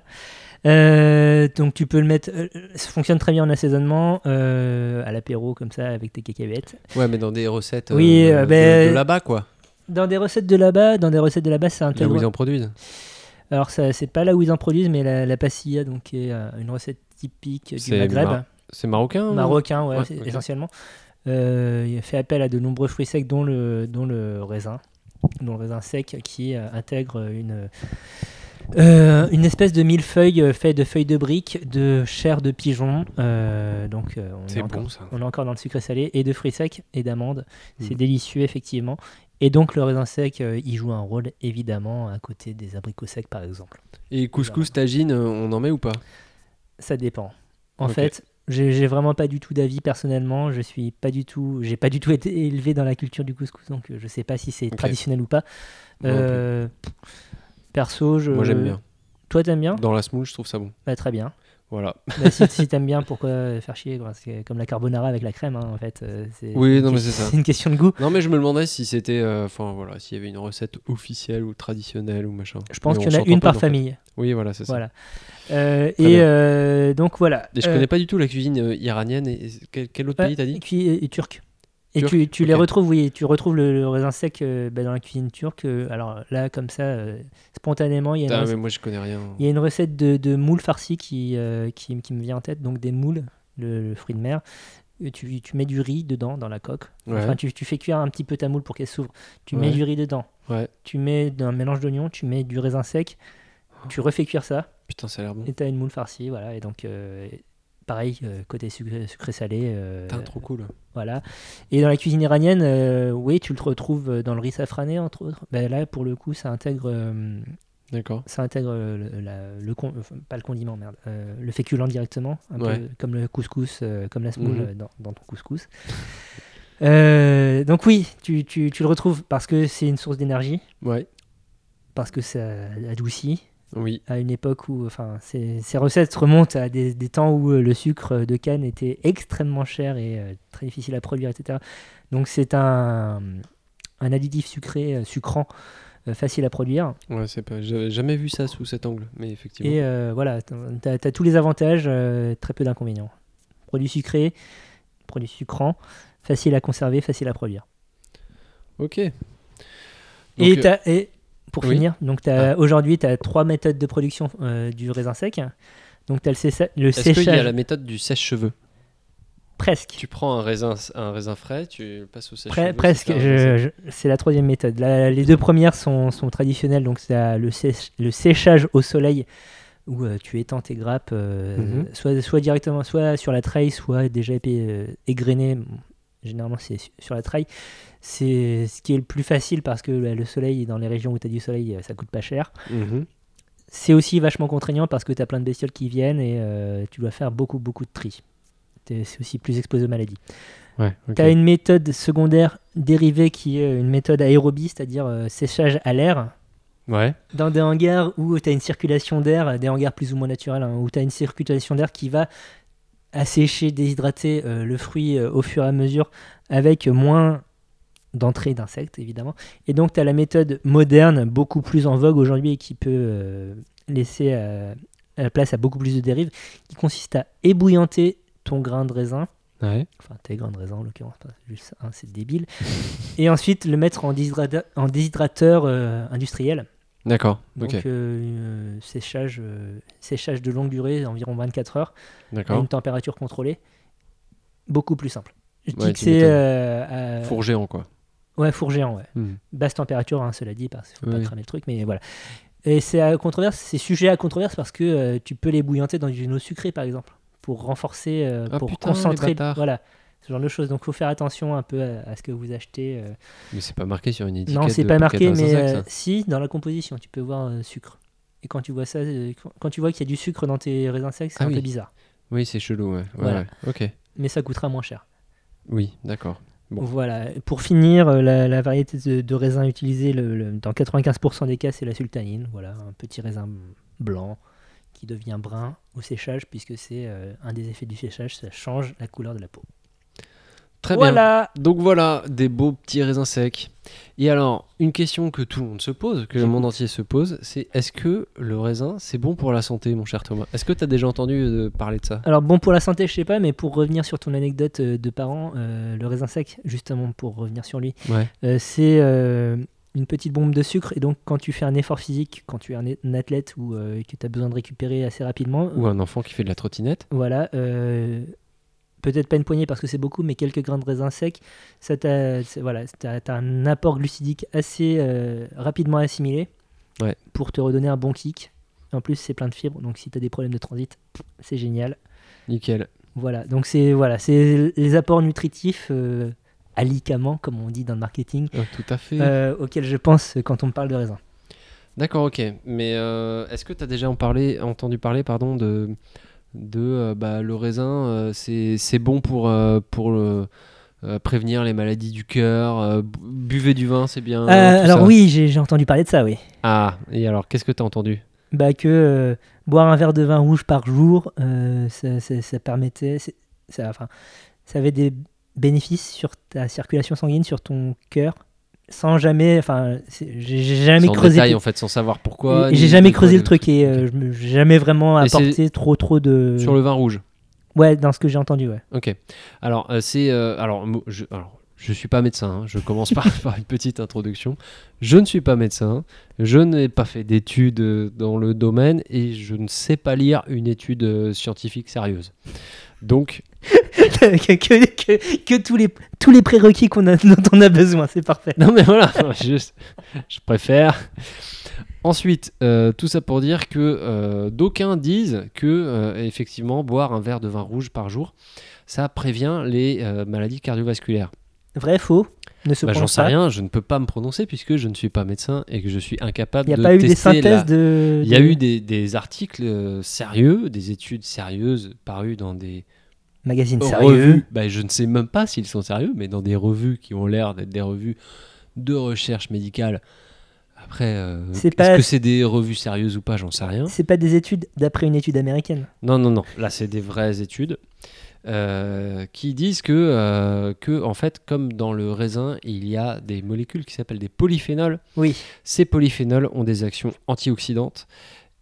Speaker 2: Euh, donc tu peux le mettre. euh, ça fonctionne très bien en assaisonnement, euh, à l'apéro comme ça avec tes cacahuètes.
Speaker 1: Ouais, mais dans des recettes euh,
Speaker 2: Oui, euh,
Speaker 1: de-
Speaker 2: ben-
Speaker 1: de, là-bas, quoi.
Speaker 2: Dans des recettes de là-bas, dans des recettes de là-bas, c'est
Speaker 1: Là où
Speaker 2: intégré.
Speaker 1: ils en produisent.
Speaker 2: Alors ça, c'est pas là où ils en produisent, mais la, la pastilla, donc qui est euh, une recette typique du
Speaker 1: C'est
Speaker 2: Maghreb,
Speaker 1: mar- C'est marocain ou-
Speaker 2: marocain, ouais,
Speaker 1: Ouais,
Speaker 2: c'est-
Speaker 1: ok.
Speaker 2: essentiellement. Euh, il fait appel à de nombreux fruits secs, dont le, dont le raisin, dont le raisin sec, qui euh, intègre une euh, une espèce de millefeuille euh, fait de feuilles de briques, de chair de pigeon. euh, donc euh, on est
Speaker 1: C'est
Speaker 2: encore-
Speaker 1: bon, ça.
Speaker 2: on est encore dans le sucré salé et de fruits secs et d'amandes. C'est
Speaker 1: Mm.
Speaker 2: délicieux, effectivement. Et donc, le raisin sec, euh, il joue un rôle, évidemment, à côté des abricots secs, par exemple.
Speaker 1: Et couscous, tagine, euh, on en met ou pas
Speaker 2: Ça dépend. En
Speaker 1: Ok.
Speaker 2: fait, j'ai j'ai vraiment pas du tout d'avis personnellement. Je suis pas du tout, j'ai pas du tout été élevé dans la culture du couscous, donc euh, je sais pas si c'est
Speaker 1: Ok.
Speaker 2: traditionnel ou pas.
Speaker 1: Moi non plus.
Speaker 2: Euh, perso, je.
Speaker 1: Moi, j'aime bien.
Speaker 2: Toi, t'aimes bien
Speaker 1: Dans la semoule, je trouve ça bon.
Speaker 2: Bah, Très bien.
Speaker 1: Voilà.
Speaker 2: Bah, si si t'aimes bien, pourquoi faire chier quoi C'est comme la carbonara avec la crème, hein, en fait. euh, c'est-
Speaker 1: Oui, non, mais c'est ça.
Speaker 2: C'est une question de goût.
Speaker 1: Non, mais je me demandais si c'était. euh, Enfin, voilà, s'il y avait une recette officielle ou traditionnelle ou machin.
Speaker 2: Je pense
Speaker 1: Mais on
Speaker 2: qu'il y en a
Speaker 1: s'entend
Speaker 2: une
Speaker 1: pas,
Speaker 2: par
Speaker 1: donc-
Speaker 2: famille.
Speaker 1: Oui, voilà, c'est ça.
Speaker 2: Voilà. Euh,
Speaker 1: Très
Speaker 2: et
Speaker 1: bien.
Speaker 2: euh, donc voilà.
Speaker 1: Et je connais pas du tout la cuisine euh, iranienne. Et, et quel, quel autre
Speaker 2: Euh,
Speaker 1: pays t'as
Speaker 2: et
Speaker 1: dit
Speaker 2: puis, et- et turc. Et
Speaker 1: Turc,
Speaker 2: tu, tu les
Speaker 1: ok.
Speaker 2: retrouves, oui, tu retrouves le, le raisin sec euh, bah, dans la cuisine turque. euh, alors là, comme ça, euh, spontanément, il y a une,
Speaker 1: Ah,
Speaker 2: rec-
Speaker 1: mais moi, je connais rien.
Speaker 2: il y a une recette de, de moules farcies qui, euh, qui, qui me vient en tête. Donc des moules, le, le fruit de mer. Et Tu, tu mets du riz dedans, dans la coque.
Speaker 1: Ouais.
Speaker 2: Enfin, tu, tu fais cuire un petit peu ta moule pour qu'elle s'ouvre. Tu mets
Speaker 1: Ouais.
Speaker 2: du riz dedans.
Speaker 1: Ouais.
Speaker 2: Tu mets un mélange d'oignons, tu mets du raisin sec.
Speaker 1: Oh.
Speaker 2: Tu refais cuire ça.
Speaker 1: Putain, ça a l'air bon.
Speaker 2: Et t'as une moule farcie, voilà. Et donc, euh, pareil, euh, côté sucré- sucré-salé. euh,
Speaker 1: Putain, trop cool.
Speaker 2: voilà. Et dans la cuisine iranienne, euh, oui, tu le retrouves euh, dans le riz safrané, entre autres. Ben là, pour le coup, ça intègre, euh,
Speaker 1: D'accord.
Speaker 2: ça intègre euh, le, la- le con- enfin, pas le condiment, merde, euh, le féculent directement, un
Speaker 1: Ouais.
Speaker 2: peu comme le couscous, euh, comme la semoule
Speaker 1: Mhm.
Speaker 2: euh, dans, dans ton couscous. Euh, donc oui, tu, tu- tu le retrouves parce que c'est une source d'énergie,
Speaker 1: Ouais.
Speaker 2: parce que ça adoucit,
Speaker 1: Oui.
Speaker 2: à une époque où, enfin, ces, ces recettes remontent à des, des temps où euh, le sucre de canne était extrêmement cher et euh, très difficile à produire, etc. Donc c'est un, un additif sucré, euh, sucrant, euh, facile à produire.
Speaker 1: Ouais, c'est pas. J'avais jamais vu ça sous cet angle, mais effectivement.
Speaker 2: Et euh, voilà, tu as, tous les avantages, euh, très peu d'inconvénients. Produit sucré, produit sucrant, facile à conserver, facile à produire.
Speaker 1: Ok. euh,
Speaker 2: et,
Speaker 1: Donc,
Speaker 2: t'as- et pour
Speaker 1: oui. Ah.
Speaker 2: finir, donc t'as- aujourd'hui, tu as trois méthodes de production euh, du raisin sec. Donc tu as le, sécha- le
Speaker 1: Est-ce qu'il y a
Speaker 2: séchage,
Speaker 1: la méthode du sèche-cheveux
Speaker 2: presque.
Speaker 1: Tu prends un raisin, un raisin frais, tu le passes au
Speaker 2: Pre-
Speaker 1: sèche-cheveux.
Speaker 2: presque,
Speaker 1: c'est ça,
Speaker 2: je-
Speaker 1: un raisin-
Speaker 2: je- c'est la troisième méthode. La- les deux premières sont, sont traditionnelles, donc c'est la- le, sèche- le séchage au soleil où euh, tu étends tes grappes, euh,
Speaker 1: Mhm.
Speaker 2: soit, soit directement, soit sur la treille, soit déjà épais, euh, égrenées. Bon, Généralement, c'est su- sur la treille. C'est ce qui est le plus facile parce que bah, le soleil, dans les régions où tu as du soleil, euh, ça coûte pas cher.
Speaker 1: Mhm.
Speaker 2: C'est aussi vachement contraignant parce que tu as plein de bestioles qui viennent et euh, tu dois faire beaucoup, beaucoup de tri. T'es- C'est aussi plus exposé aux maladies.
Speaker 1: Ouais, ok.
Speaker 2: Tu as une méthode secondaire dérivée qui est euh, une méthode aérobie, c'est-à-dire euh, séchage à l'air.
Speaker 1: Ouais.
Speaker 2: Dans des hangars où tu as une circulation d'air, des hangars plus ou moins naturels, hein, où tu as une circulation d'air qui va assécher, déshydrater euh, le fruit euh, au fur et à mesure avec moins d'entrée d'insectes, évidemment. Et donc tu as la méthode moderne, beaucoup plus en vogue aujourd'hui et qui peut euh, laisser euh, la place à beaucoup plus de dérives, qui consiste à ébouillanter ton grain de raisin
Speaker 1: Ouais.
Speaker 2: enfin tes grains de raisin en l'occurrence, pas juste un, hein, c'est débile. Et ensuite le mettre en, déshydrata- en déshydrateur euh, industriel.
Speaker 1: D'accord.
Speaker 2: Donc
Speaker 1: Ok.
Speaker 2: euh, euh, séchage, euh, séchage de longue durée, environ 24 heures, à
Speaker 1: D'accord.
Speaker 2: une température contrôlée. Beaucoup plus simple. Je dis
Speaker 1: Ouais,
Speaker 2: que
Speaker 1: tu
Speaker 2: c'est
Speaker 1: m'étonnes.
Speaker 2: euh, à-
Speaker 1: Four géant, quoi.
Speaker 2: ouais, four géant, ouais.
Speaker 1: Mhm.
Speaker 2: Basse température, hein, cela dit, parce qu'il faut
Speaker 1: Oui.
Speaker 2: pas cramer le truc, mais voilà. Et c'est à controverse, c'est sujet à controverse parce que euh, tu peux les bouillanter dans une eau sucrée, par exemple, pour renforcer, euh,
Speaker 1: Ah,
Speaker 2: pour
Speaker 1: putain, les
Speaker 2: concentrer,
Speaker 1: bâtards.
Speaker 2: voilà, ce genre de choses. Donc, faut faire attention un peu à, à ce que vous achetez. euh.
Speaker 1: Mais c'est pas marqué sur une étiquette.
Speaker 2: Non, c'est
Speaker 1: de
Speaker 2: pas
Speaker 1: paquet de
Speaker 2: marqué,
Speaker 1: raisin
Speaker 2: mais
Speaker 1: sec,
Speaker 2: euh,
Speaker 1: ça.
Speaker 2: si dans la composition, tu peux voir euh, sucre. Et quand tu vois ça, euh, quand- quand tu vois qu'il y a du sucre dans tes raisins secs, c'est
Speaker 1: Ah
Speaker 2: un peu
Speaker 1: oui.
Speaker 2: bizarre.
Speaker 1: Oui, c'est chelou. Ouais. Ouais,
Speaker 2: Voilà.
Speaker 1: ouais. Ok.
Speaker 2: Mais ça coûtera moins cher.
Speaker 1: Oui, d'accord. Bon.
Speaker 2: Voilà. Pour finir, euh, la, la variété de, de raisin utilisée le- le- dans 95% des cas, c'est la sultanine. Voilà, un petit raisin blanc qui devient brun au séchage, puisque c'est euh, un des effets du séchage, ça change la couleur de la peau.
Speaker 1: Très bien.
Speaker 2: voilà.
Speaker 1: Donc voilà, des beaux petits raisins secs. Et alors, une question que tout le monde se pose, que le monde entier se pose, c'est est-ce que le raisin, c'est bon pour la santé, mon cher Thomas Est-ce que tu as déjà entendu euh, parler de ça
Speaker 2: Alors bon pour la santé, je sais pas, mais pour revenir sur ton anecdote euh, de parents, euh, le raisin sec, justement pour revenir sur lui,
Speaker 1: Ouais.
Speaker 2: euh, c'est euh, une petite bombe de sucre. Et donc quand tu fais un effort physique, quand tu es un, un athlète ou euh, que tu as besoin de récupérer assez rapidement,
Speaker 1: Ou un enfant qui fait de la trottinette
Speaker 2: Voilà. euh, Peut-être pas une poignée parce que c'est beaucoup, mais quelques grains de raisin sec, ça t'a- c'est- voilà, t'as t'as un apport glucidique assez euh, rapidement assimilé
Speaker 1: Ouais.
Speaker 2: pour te redonner un bon kick. En plus, c'est plein de fibres, donc si t'as des problèmes de transit, c'est génial.
Speaker 1: Nickel.
Speaker 2: Voilà, donc c'est voilà, c'est les apports nutritifs euh, alicaments, comme on dit dans le marketing,
Speaker 1: Euh, tout à fait.
Speaker 2: euh, auxquels je pense quand on me parle de raisin.
Speaker 1: D'accord, ok. Mais euh, est-ce que tu as déjà en parlé, entendu parler pardon, de, de euh, bah, le raisin, euh, c'est c'est bon pour, euh, pour le- euh, prévenir les maladies du cœur, euh, bu- buvez du vin, c'est bien.
Speaker 2: Euh,
Speaker 1: tout
Speaker 2: alors
Speaker 1: ça.
Speaker 2: oui, j'ai j'ai entendu parler de ça, oui.
Speaker 1: Ah, et alors, qu'est-ce que tu as entendu
Speaker 2: bah, que euh, boire un verre de vin rouge par jour, euh, ça, ça- ça permettait, c'est- ça, enfin, ça avait des bénéfices sur ta circulation sanguine, sur ton cœur, sans jamais, enfin, c'est- j'ai j'ai jamais
Speaker 1: sans
Speaker 2: creusé.
Speaker 1: détail
Speaker 2: le-
Speaker 1: en fait, sans savoir pourquoi.
Speaker 2: j'ai
Speaker 1: ni-
Speaker 2: jamais
Speaker 1: ni quoi
Speaker 2: creusé
Speaker 1: de-
Speaker 2: le truc et euh, je me- j'ai jamais vraiment
Speaker 1: Et c'est-
Speaker 2: apporté trop trop de.
Speaker 1: Sur le vin rouge.
Speaker 2: Ouais, dans ce que j'ai entendu, ouais.
Speaker 1: Ok. Alors, euh, c'est. euh, alors, mo- je, alors, je suis pas médecin. hein. Je commence par, par une petite introduction. Je ne suis pas médecin. Je n'ai pas fait d'études euh, dans le domaine et je ne sais pas lire une étude euh, scientifique sérieuse. Donc,
Speaker 2: que, que- que- que tous les tous les prérequis qu'on a dont on a besoin, c'est parfait.
Speaker 1: non mais voilà, je, je préfère. Ensuite, euh, tout ça pour dire que euh, d'aucuns disent que euh, effectivement boire un verre de vin rouge par jour, ça prévient les euh, maladies cardiovasculaires.
Speaker 2: Vrai, faux, ne se
Speaker 1: Bah,
Speaker 2: pense
Speaker 1: J'en sais
Speaker 2: pas.
Speaker 1: rien, je ne peux pas me prononcer puisque je ne suis pas médecin et que je suis incapable
Speaker 2: Il n'y a
Speaker 1: de
Speaker 2: pas eu
Speaker 1: tester.
Speaker 2: des synthèses
Speaker 1: la-
Speaker 2: de.
Speaker 1: Il y a
Speaker 2: de
Speaker 1: eu des, des articles euh, sérieux, des études sérieuses parues dans des
Speaker 2: magazines Mmh, sérieux.
Speaker 1: revues. Bah, je ne sais même pas s'ils sont sérieux, mais dans des revues qui ont l'air d'être des revues de recherche médicale. Après, euh,
Speaker 2: C'est
Speaker 1: est-ce
Speaker 2: pas-
Speaker 1: que c'est des revues sérieuses ou pas J'en sais rien.
Speaker 2: C'est pas des études d'après une étude américaine.
Speaker 1: Non, non, non. Là, c'est des vraies études euh, qui disent que, euh, que, en fait, comme dans le raisin, il y a des molécules qui s'appellent des polyphénols.
Speaker 2: Oui.
Speaker 1: Ces polyphénols ont des actions antioxydantes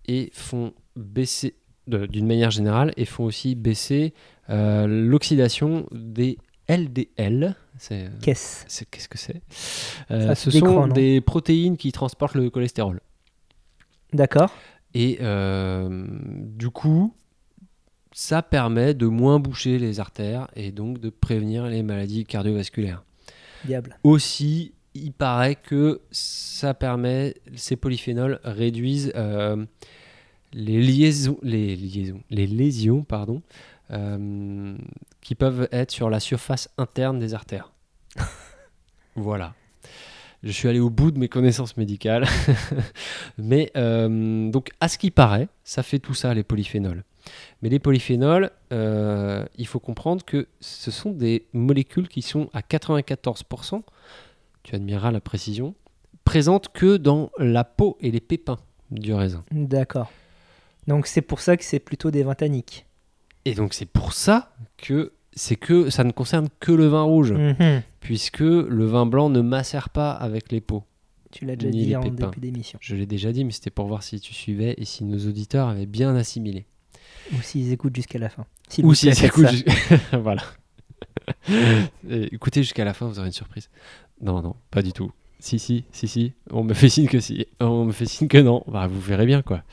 Speaker 1: et font baisser, de- d'une manière générale, et font aussi baisser euh, l'oxydation des LDL. C'est-
Speaker 2: Qu'est-ce
Speaker 1: c'est- Qu'est-ce que c'est Euh,
Speaker 2: Ça se
Speaker 1: Ce sont
Speaker 2: décrans, non
Speaker 1: des protéines qui transportent le cholestérol.
Speaker 2: D'accord.
Speaker 1: Et euh, du coup, ça permet de moins boucher les artères et donc de prévenir les maladies cardiovasculaires.
Speaker 2: Diable.
Speaker 1: Aussi, il paraît que ça permet, ces polyphénols réduisent euh, les liaisons, les liaisons, les lésions, pardon, euh, qui peuvent être sur la surface interne des artères. voilà. Je suis allé au bout de mes connaissances médicales. Mais euh, donc, à ce qui paraît, ça fait tout ça, les polyphénols. Mais les polyphénols, euh, il faut comprendre que ce sont des molécules qui sont à 94%, tu admireras la précision, présentes que dans la peau et les pépins du raisin.
Speaker 2: D'accord. Donc c'est pour ça que c'est plutôt des vins tanniques.
Speaker 1: Et donc, c'est pour ça que c'est que ça ne concerne que le vin rouge,
Speaker 2: Mhm.
Speaker 1: puisque le vin blanc ne macère pas avec les peaux.
Speaker 2: Tu l'as déjà
Speaker 1: Ni
Speaker 2: dit
Speaker 1: les
Speaker 2: en
Speaker 1: pépins.
Speaker 2: début d'émission.
Speaker 1: Je l'ai déjà dit, mais c'était pour voir si tu suivais et si nos auditeurs avaient bien assimilé.
Speaker 2: Ou s'ils écoutent jusqu'à la fin. S'il
Speaker 1: Ou
Speaker 2: vous
Speaker 1: si
Speaker 2: plaît,
Speaker 1: c'est
Speaker 2: faites
Speaker 1: cool.
Speaker 2: ça.
Speaker 1: ju- voilà. Euh, écoutez jusqu'à la fin, vous aurez une surprise. Non, non, pas du tout. Si, si, si, si. On me fait signe que si. On me fait signe que non. Bah, vous verrez bien quoi.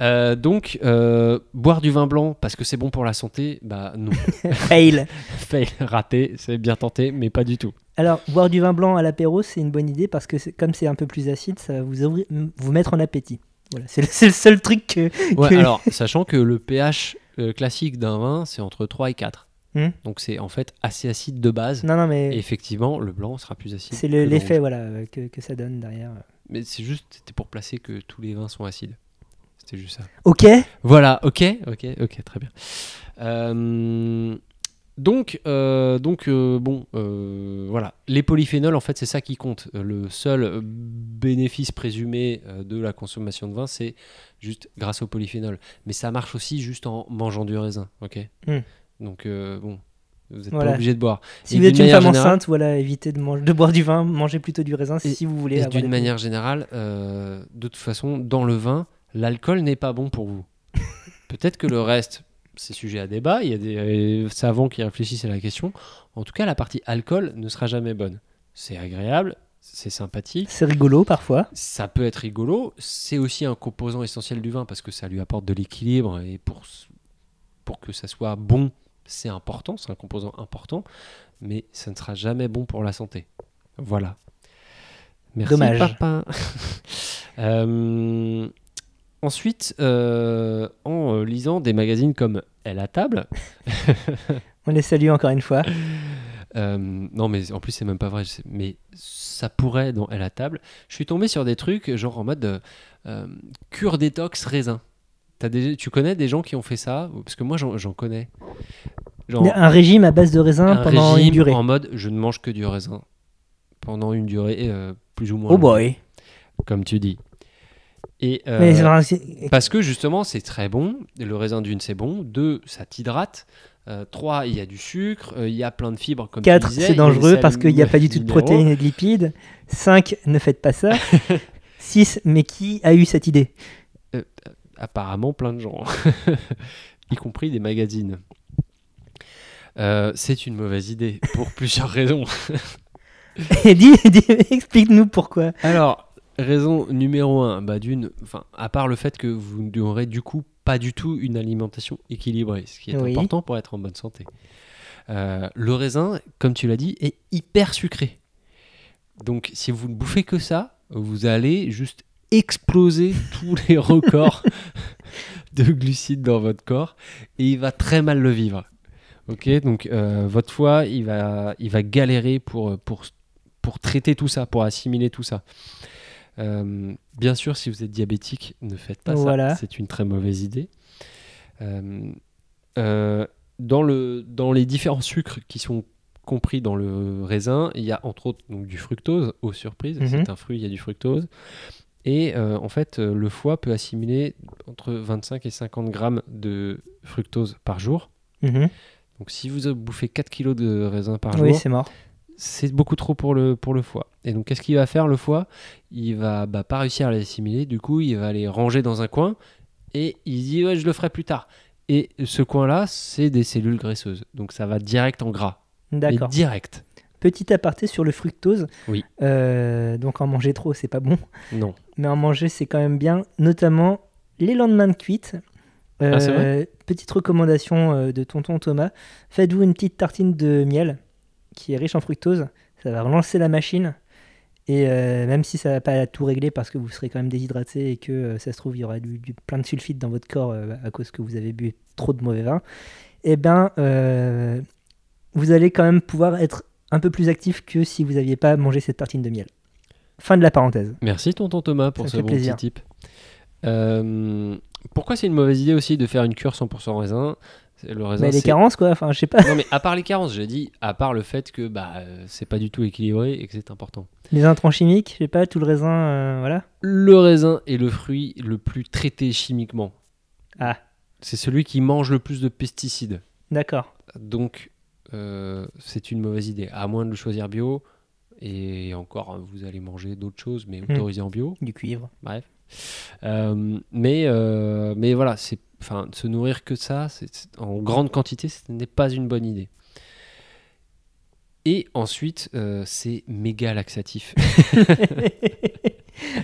Speaker 1: Euh, donc, euh, boire du vin blanc parce que c'est bon pour la santé, bah non.
Speaker 2: Fail.
Speaker 1: Fail, raté, c'est bien tenté, mais pas du tout.
Speaker 2: Alors, boire du vin blanc à l'apéro, c'est une bonne idée parce que c'est- comme c'est un peu plus acide, ça va vous, ouvrir- vous mettre en appétit. Voilà, c'est le, c'est le seul truc que.
Speaker 1: Ouais,
Speaker 2: que-
Speaker 1: alors, sachant que le pH euh, classique d'un vin, c'est entre 3 et 4.
Speaker 2: Hmm.
Speaker 1: Donc, c'est en fait assez acide de base.
Speaker 2: Non, non,
Speaker 1: Et
Speaker 2: mais
Speaker 1: effectivement, le blanc sera plus acide.
Speaker 2: c'est
Speaker 1: que
Speaker 2: le-
Speaker 1: le
Speaker 2: l'effet
Speaker 1: rouge.
Speaker 2: voilà, euh, que, que ça donne derrière. euh.
Speaker 1: Mais c'est juste, c'était pour placer que tous les vins sont acides. C'était juste ça.
Speaker 2: Ok.
Speaker 1: Voilà, ok, ok, ok, très bien. Euh, donc, euh, donc euh, bon, euh, voilà. Les polyphénols, en fait, c'est ça qui compte. Euh, Le seul bénéfice présumé euh, de la consommation de vin, c'est juste grâce aux polyphénols. Mais ça marche aussi juste en mangeant du raisin, ok
Speaker 2: Hmm.
Speaker 1: Donc, euh, bon, Vous n'êtes
Speaker 2: Voilà.
Speaker 1: pas obligé de boire.
Speaker 2: Si
Speaker 1: Et
Speaker 2: vous êtes
Speaker 1: d'une
Speaker 2: une
Speaker 1: manière
Speaker 2: femme
Speaker 1: générale-
Speaker 2: enceinte, voilà, évitez de, manger- de boire du vin, mangez plutôt du raisin
Speaker 1: Et-
Speaker 2: si vous voulez.
Speaker 1: Et
Speaker 2: avoir
Speaker 1: d'une
Speaker 2: des-
Speaker 1: manière générale, euh, de toute façon, dans le vin, l'alcool n'est pas bon pour vous. Peut-être que le reste, c'est sujet à débat. Il y a des euh, savants qui réfléchissent à la question. En tout cas, la partie alcool ne sera jamais bonne. C'est agréable, c'est sympathique.
Speaker 2: C'est rigolo parfois.
Speaker 1: Ça peut être rigolo, c'est aussi un composant essentiel du vin parce que ça lui apporte de l'équilibre et pour, s- pour que ça soit bon, c'est important, c'est un composant important, mais ça ne sera jamais bon pour la santé. Voilà. Merci
Speaker 2: Dommage.
Speaker 1: papa. Euh, ensuite, euh, en euh, lisant des magazines comme Elle à table,
Speaker 2: On les salue encore une fois.
Speaker 1: euh, non, mais en plus, c'est même pas vrai. je sais- Mais ça pourrait dans Elle à table. Je suis tombé sur des trucs genre en mode euh, euh, cure détox raisin. T'as des, tu connais des gens qui ont fait ça Parce que moi, j'en, j'en connais. Genre,
Speaker 2: Un régime à base de raisin
Speaker 1: un
Speaker 2: pendant
Speaker 1: régime
Speaker 2: une durée.
Speaker 1: en mode je ne mange que du raisin pendant une durée euh, plus ou moins
Speaker 2: Oh
Speaker 1: longue,
Speaker 2: boy.
Speaker 1: comme tu dis. Et, euh,
Speaker 2: Mais c'est vrai, c'est-
Speaker 1: parce que justement, c'est très bon. Le raisin d'une, c'est bon. Deux, ça t'hydrate. Euh, trois, il y a du sucre. Euh, Il y a plein de fibres. Comme tu
Speaker 2: 4,
Speaker 1: disais,
Speaker 2: c'est
Speaker 1: il y a des
Speaker 2: dangereux parce
Speaker 1: sels
Speaker 2: qu'il n'y a pas du tout de
Speaker 1: minéraux.
Speaker 2: protéines et de lipides. 5, ne faites pas ça. 6, mais qui a eu cette idée
Speaker 1: Apparemment, plein de gens, y compris des magazines. Euh, c'est une mauvaise idée pour plusieurs raisons.
Speaker 2: Et dis, dis- explique-nous pourquoi.
Speaker 1: Alors, raison numéro un, bah d'une, enfin, à part le fait que vous n'aurez du coup pas du tout une alimentation équilibrée, ce qui est
Speaker 2: Oui.
Speaker 1: important pour être en bonne santé. Euh, le raisin, comme tu l'as dit, est hyper sucré. Donc, si vous ne bouffez que ça, vous allez juste exploser tous les records de glucides dans votre corps et il va très mal le vivre. Ok, donc euh, votre foie, il va, il va galérer pour, pour, pour traiter tout ça, pour assimiler tout ça. Euh, bien sûr, si vous êtes diabétique, ne faites pas
Speaker 2: Voilà.
Speaker 1: ça. C'est une très mauvaise idée. Euh, euh, dans, le, dans les différents sucres qui sont compris dans le raisin, il y a entre autres donc, du fructose, aux surprises.
Speaker 2: Mhm.
Speaker 1: C'est un fruit, il y a du fructose. Et euh, en fait, euh, le foie peut assimiler entre 25 et 50 grammes de fructose par jour.
Speaker 2: Mhm.
Speaker 1: Donc si vous bouffez 4 kilos de raisin par
Speaker 2: Oui,
Speaker 1: jour,
Speaker 2: c'est mort.
Speaker 1: c'est beaucoup trop pour le, pour le foie. Et donc, qu'est-ce qu'il va faire le foie Il va bah, pas réussir à les assimiler, du coup, il va les ranger dans un coin et il se dit Ouais, je le ferai plus tard. Et ce coin-là, c'est des cellules graisseuses. Donc, ça va direct en gras. Mais
Speaker 2: D'accord.
Speaker 1: direct.
Speaker 2: Petit aparté sur le fructose.
Speaker 1: Oui.
Speaker 2: Euh, donc en manger trop, c'est pas bon.
Speaker 1: Non.
Speaker 2: Mais en manger, c'est quand même bien, notamment les lendemains de cuite. Euh,
Speaker 1: Ah, c'est
Speaker 2: petite recommandation euh, de tonton Thomas faites-vous une petite tartine de miel qui est riche en fructose. Ça va relancer la machine. Et euh, même si ça va pas tout régler parce que vous serez quand même déshydraté et que euh, ça se trouve, il y aura du, du- plein de sulfite dans votre corps euh, à cause que vous avez bu trop de mauvais vin, eh bien, euh, vous allez quand même pouvoir être un peu plus actif que si vous n'aviez pas mangé cette tartine de miel. Fin de la parenthèse.
Speaker 1: Merci, tonton Thomas, pour
Speaker 2: Ça
Speaker 1: ce
Speaker 2: fait
Speaker 1: bon
Speaker 2: plaisir.
Speaker 1: petit tip. Euh, pourquoi c'est une mauvaise idée aussi de faire une cure 100% raisin Le raisin,
Speaker 2: Bah, les
Speaker 1: c'est-
Speaker 2: carences, quoi. Enfin, je sais pas.
Speaker 1: Non, mais à part les carences, j'ai dit, à part le fait que bah, euh, c'est pas du tout équilibré et que c'est important.
Speaker 2: Les intrants chimiques, je sais pas, tout le raisin, euh, voilà.
Speaker 1: Le raisin est le fruit le plus traité chimiquement.
Speaker 2: Ah.
Speaker 1: C'est celui qui mange le plus de pesticides.
Speaker 2: D'accord.
Speaker 1: Donc, euh, c'est une mauvaise idée. À moins de le choisir bio. Et encore, hein, vous allez manger d'autres choses,
Speaker 2: Hmm.
Speaker 1: mais autorisé en bio.
Speaker 2: Du cuivre.
Speaker 1: Bref. Euh, mais, euh, mais voilà, c'est, enfin, se nourrir que de ça, c'est- c'est- en grande quantité, ce n'est pas une bonne idée. Et ensuite, euh, c'est méga laxatif.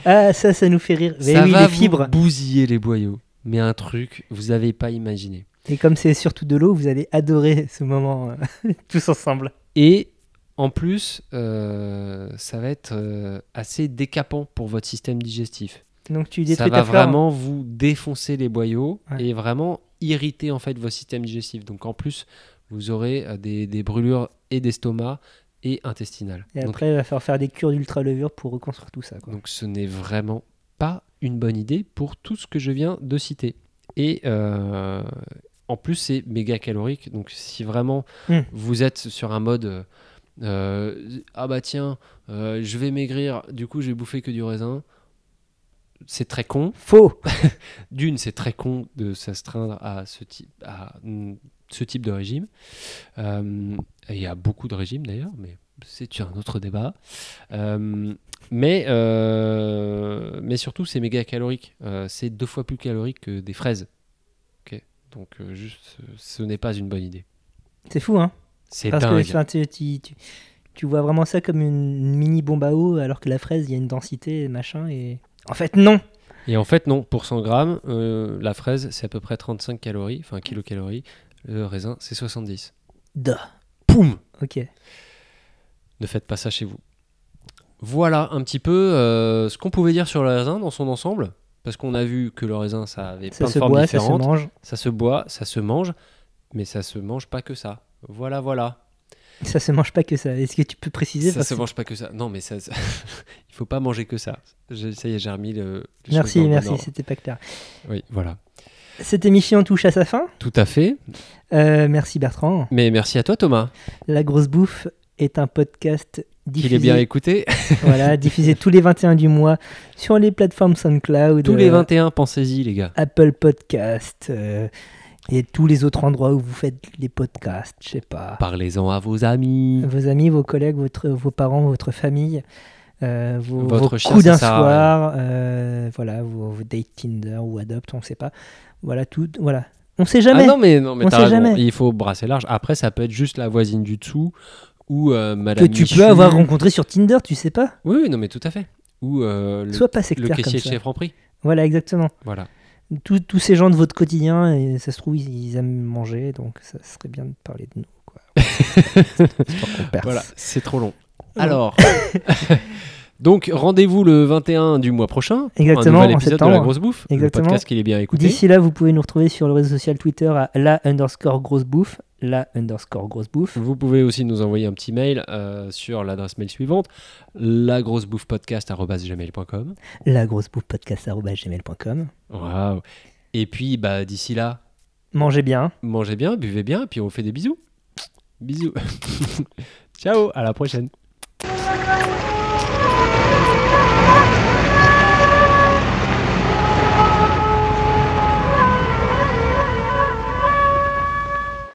Speaker 2: ah, ça, ça nous fait rire. Mais
Speaker 1: ça
Speaker 2: oui,
Speaker 1: va
Speaker 2: les fibres.
Speaker 1: vous bousiller les boyaux. Mais un truc, vous avez pas imaginé.
Speaker 2: Et comme c'est surtout de l'eau, vous allez adorer ce moment euh, tous ensemble.
Speaker 1: Et en plus, euh, ça va être euh, assez décapant pour votre système digestif.
Speaker 2: Donc tu
Speaker 1: Ça
Speaker 2: détruis
Speaker 1: va
Speaker 2: ta flore.
Speaker 1: vraiment vous défoncer les boyaux
Speaker 2: Ouais.
Speaker 1: et vraiment irriter en fait vos systèmes digestifs. Donc en plus, vous aurez euh, des, des brûlures et d'estomac et intestinales.
Speaker 2: Et
Speaker 1: Donc,
Speaker 2: après, il va falloir faire des cures d'ultra levure pour reconstruire tout ça. Quoi.
Speaker 1: Donc ce n'est vraiment pas une bonne idée pour tout ce que je viens de citer. Et euh, en plus, c'est méga calorique. Donc si vraiment
Speaker 2: Mm.
Speaker 1: vous êtes sur un mode euh, euh, Ah bah tiens, euh, je vais maigrir, du coup je vais bouffer que du raisin, c'est très con.
Speaker 2: Faux.
Speaker 1: D'une, c'est très con de s'astreindre à ce type, à mm, ce type de régime. Euh, et il y a beaucoup de régimes d'ailleurs, mais c'est un autre débat. Euh, mais, euh, mais surtout, c'est méga calorique. Euh, c'est deux fois plus calorique que des fraises. Ok, Donc, euh, juste, euh, ce n'est pas une bonne idée.
Speaker 2: C'est fou, hein
Speaker 1: C'est
Speaker 2: Parce
Speaker 1: dingue.
Speaker 2: que enfin, tu, tu- tu- tu vois vraiment ça comme une mini bombe à eau, alors que la fraise, il y a une densité, machin, et... En fait, non
Speaker 1: Et en fait, non, pour 100 grammes, euh, la fraise, c'est à peu près 35 calories, enfin kilocalories. Le raisin, c'est 70.
Speaker 2: Duh.
Speaker 1: Poum
Speaker 2: Ok.
Speaker 1: Ne faites pas ça chez vous. Voilà un petit peu euh, ce qu'on pouvait dire sur le raisin dans son ensemble. Parce qu'on a vu que le raisin, ça avait
Speaker 2: Ça
Speaker 1: plein de
Speaker 2: se
Speaker 1: formes
Speaker 2: boit, ça se
Speaker 1: différentes.
Speaker 2: mange,
Speaker 1: Ça se boit, ça se mange, mais ça se mange pas que ça. Voilà, voilà.
Speaker 2: ça se mange pas que ça. Est-ce que tu peux préciser
Speaker 1: Ça
Speaker 2: parce
Speaker 1: se
Speaker 2: que-
Speaker 1: mange pas que ça. Non, mais ça, ça- il faut pas manger que ça. J'ai- Ça y est, j'ai remis le. les choses
Speaker 2: Merci,
Speaker 1: dans le bon
Speaker 2: merci,
Speaker 1: ordre.
Speaker 2: c'était pas clair.
Speaker 1: Oui, voilà.
Speaker 2: Cette émission touche à sa fin.
Speaker 1: Tout à fait.
Speaker 2: Euh, merci Bertrand.
Speaker 1: Mais merci à toi, Thomas.
Speaker 2: La grosse bouffe est un podcast
Speaker 1: Qu'il est
Speaker 2: diffusé,
Speaker 1: bien écouté.
Speaker 2: voilà, diffusé tous les 21 du mois sur les plateformes SoundCloud,
Speaker 1: Tous les
Speaker 2: euh,
Speaker 1: 21, pensez-y, les gars.
Speaker 2: Apple Podcast euh, et tous les autres endroits où vous faites les podcasts, je sais pas.
Speaker 1: Parlez-en à vos amis.
Speaker 2: Vos amis, vos collègues, votre, vos parents, votre famille, euh, vos,
Speaker 1: Votre
Speaker 2: vos
Speaker 1: chien,
Speaker 2: coups d'un
Speaker 1: ça sert à rien.
Speaker 2: soir, euh, voilà, vos, vos dates Tinder ou Adopt, on sait pas. Voilà, tout, voilà. On sait jamais.
Speaker 1: Ah non, mais, non, mais
Speaker 2: On
Speaker 1: t'as
Speaker 2: sait
Speaker 1: raison.
Speaker 2: jamais.
Speaker 1: Il faut brasser large. Après, ça peut être juste la voisine du dessous ou euh,
Speaker 2: que
Speaker 1: Madame.
Speaker 2: tu
Speaker 1: Michu.
Speaker 2: peux avoir rencontré sur Tinder, tu sais pas.
Speaker 1: Oui, oui, non, mais tout à fait. Ou euh, le,
Speaker 2: Sois pas
Speaker 1: le
Speaker 2: sectaire comme
Speaker 1: caissier
Speaker 2: ça.
Speaker 1: chez Franprix.
Speaker 2: Voilà, exactement.
Speaker 1: Voilà.
Speaker 2: Tous- tous ces gens de votre quotidien, et ça se trouve, ils, ils aiment manger, donc ça serait bien de parler de nous. Quoi. Histoire qu'on perce.
Speaker 1: Voilà, c'est trop long.
Speaker 2: Ah
Speaker 1: Alors, donc rendez-vous le 21 du mois prochain
Speaker 2: Exactement,
Speaker 1: pour un nouvel
Speaker 2: en
Speaker 1: épisode de la
Speaker 2: septembre.
Speaker 1: grosse bouffe,
Speaker 2: Exactement.
Speaker 1: le podcast qu'il est bien écouté.
Speaker 2: D'ici là, vous pouvez nous retrouver sur le réseau social Twitter à la underscore grosse bouffe, la underscore grosse bouffe.
Speaker 1: Vous pouvez aussi nous envoyer un petit mail euh, sur l'adresse mail suivante lagrossebouffepodcast@gmail.com.
Speaker 2: La grosse bouffe podcast.gmail.com.
Speaker 1: Waouh. Et puis bah d'ici là,
Speaker 2: Mangez bien.
Speaker 1: mangez bien, buvez bien, puis on vous fait des bisous. Bisous. Ciao, à la prochaine.
Speaker 6: Salut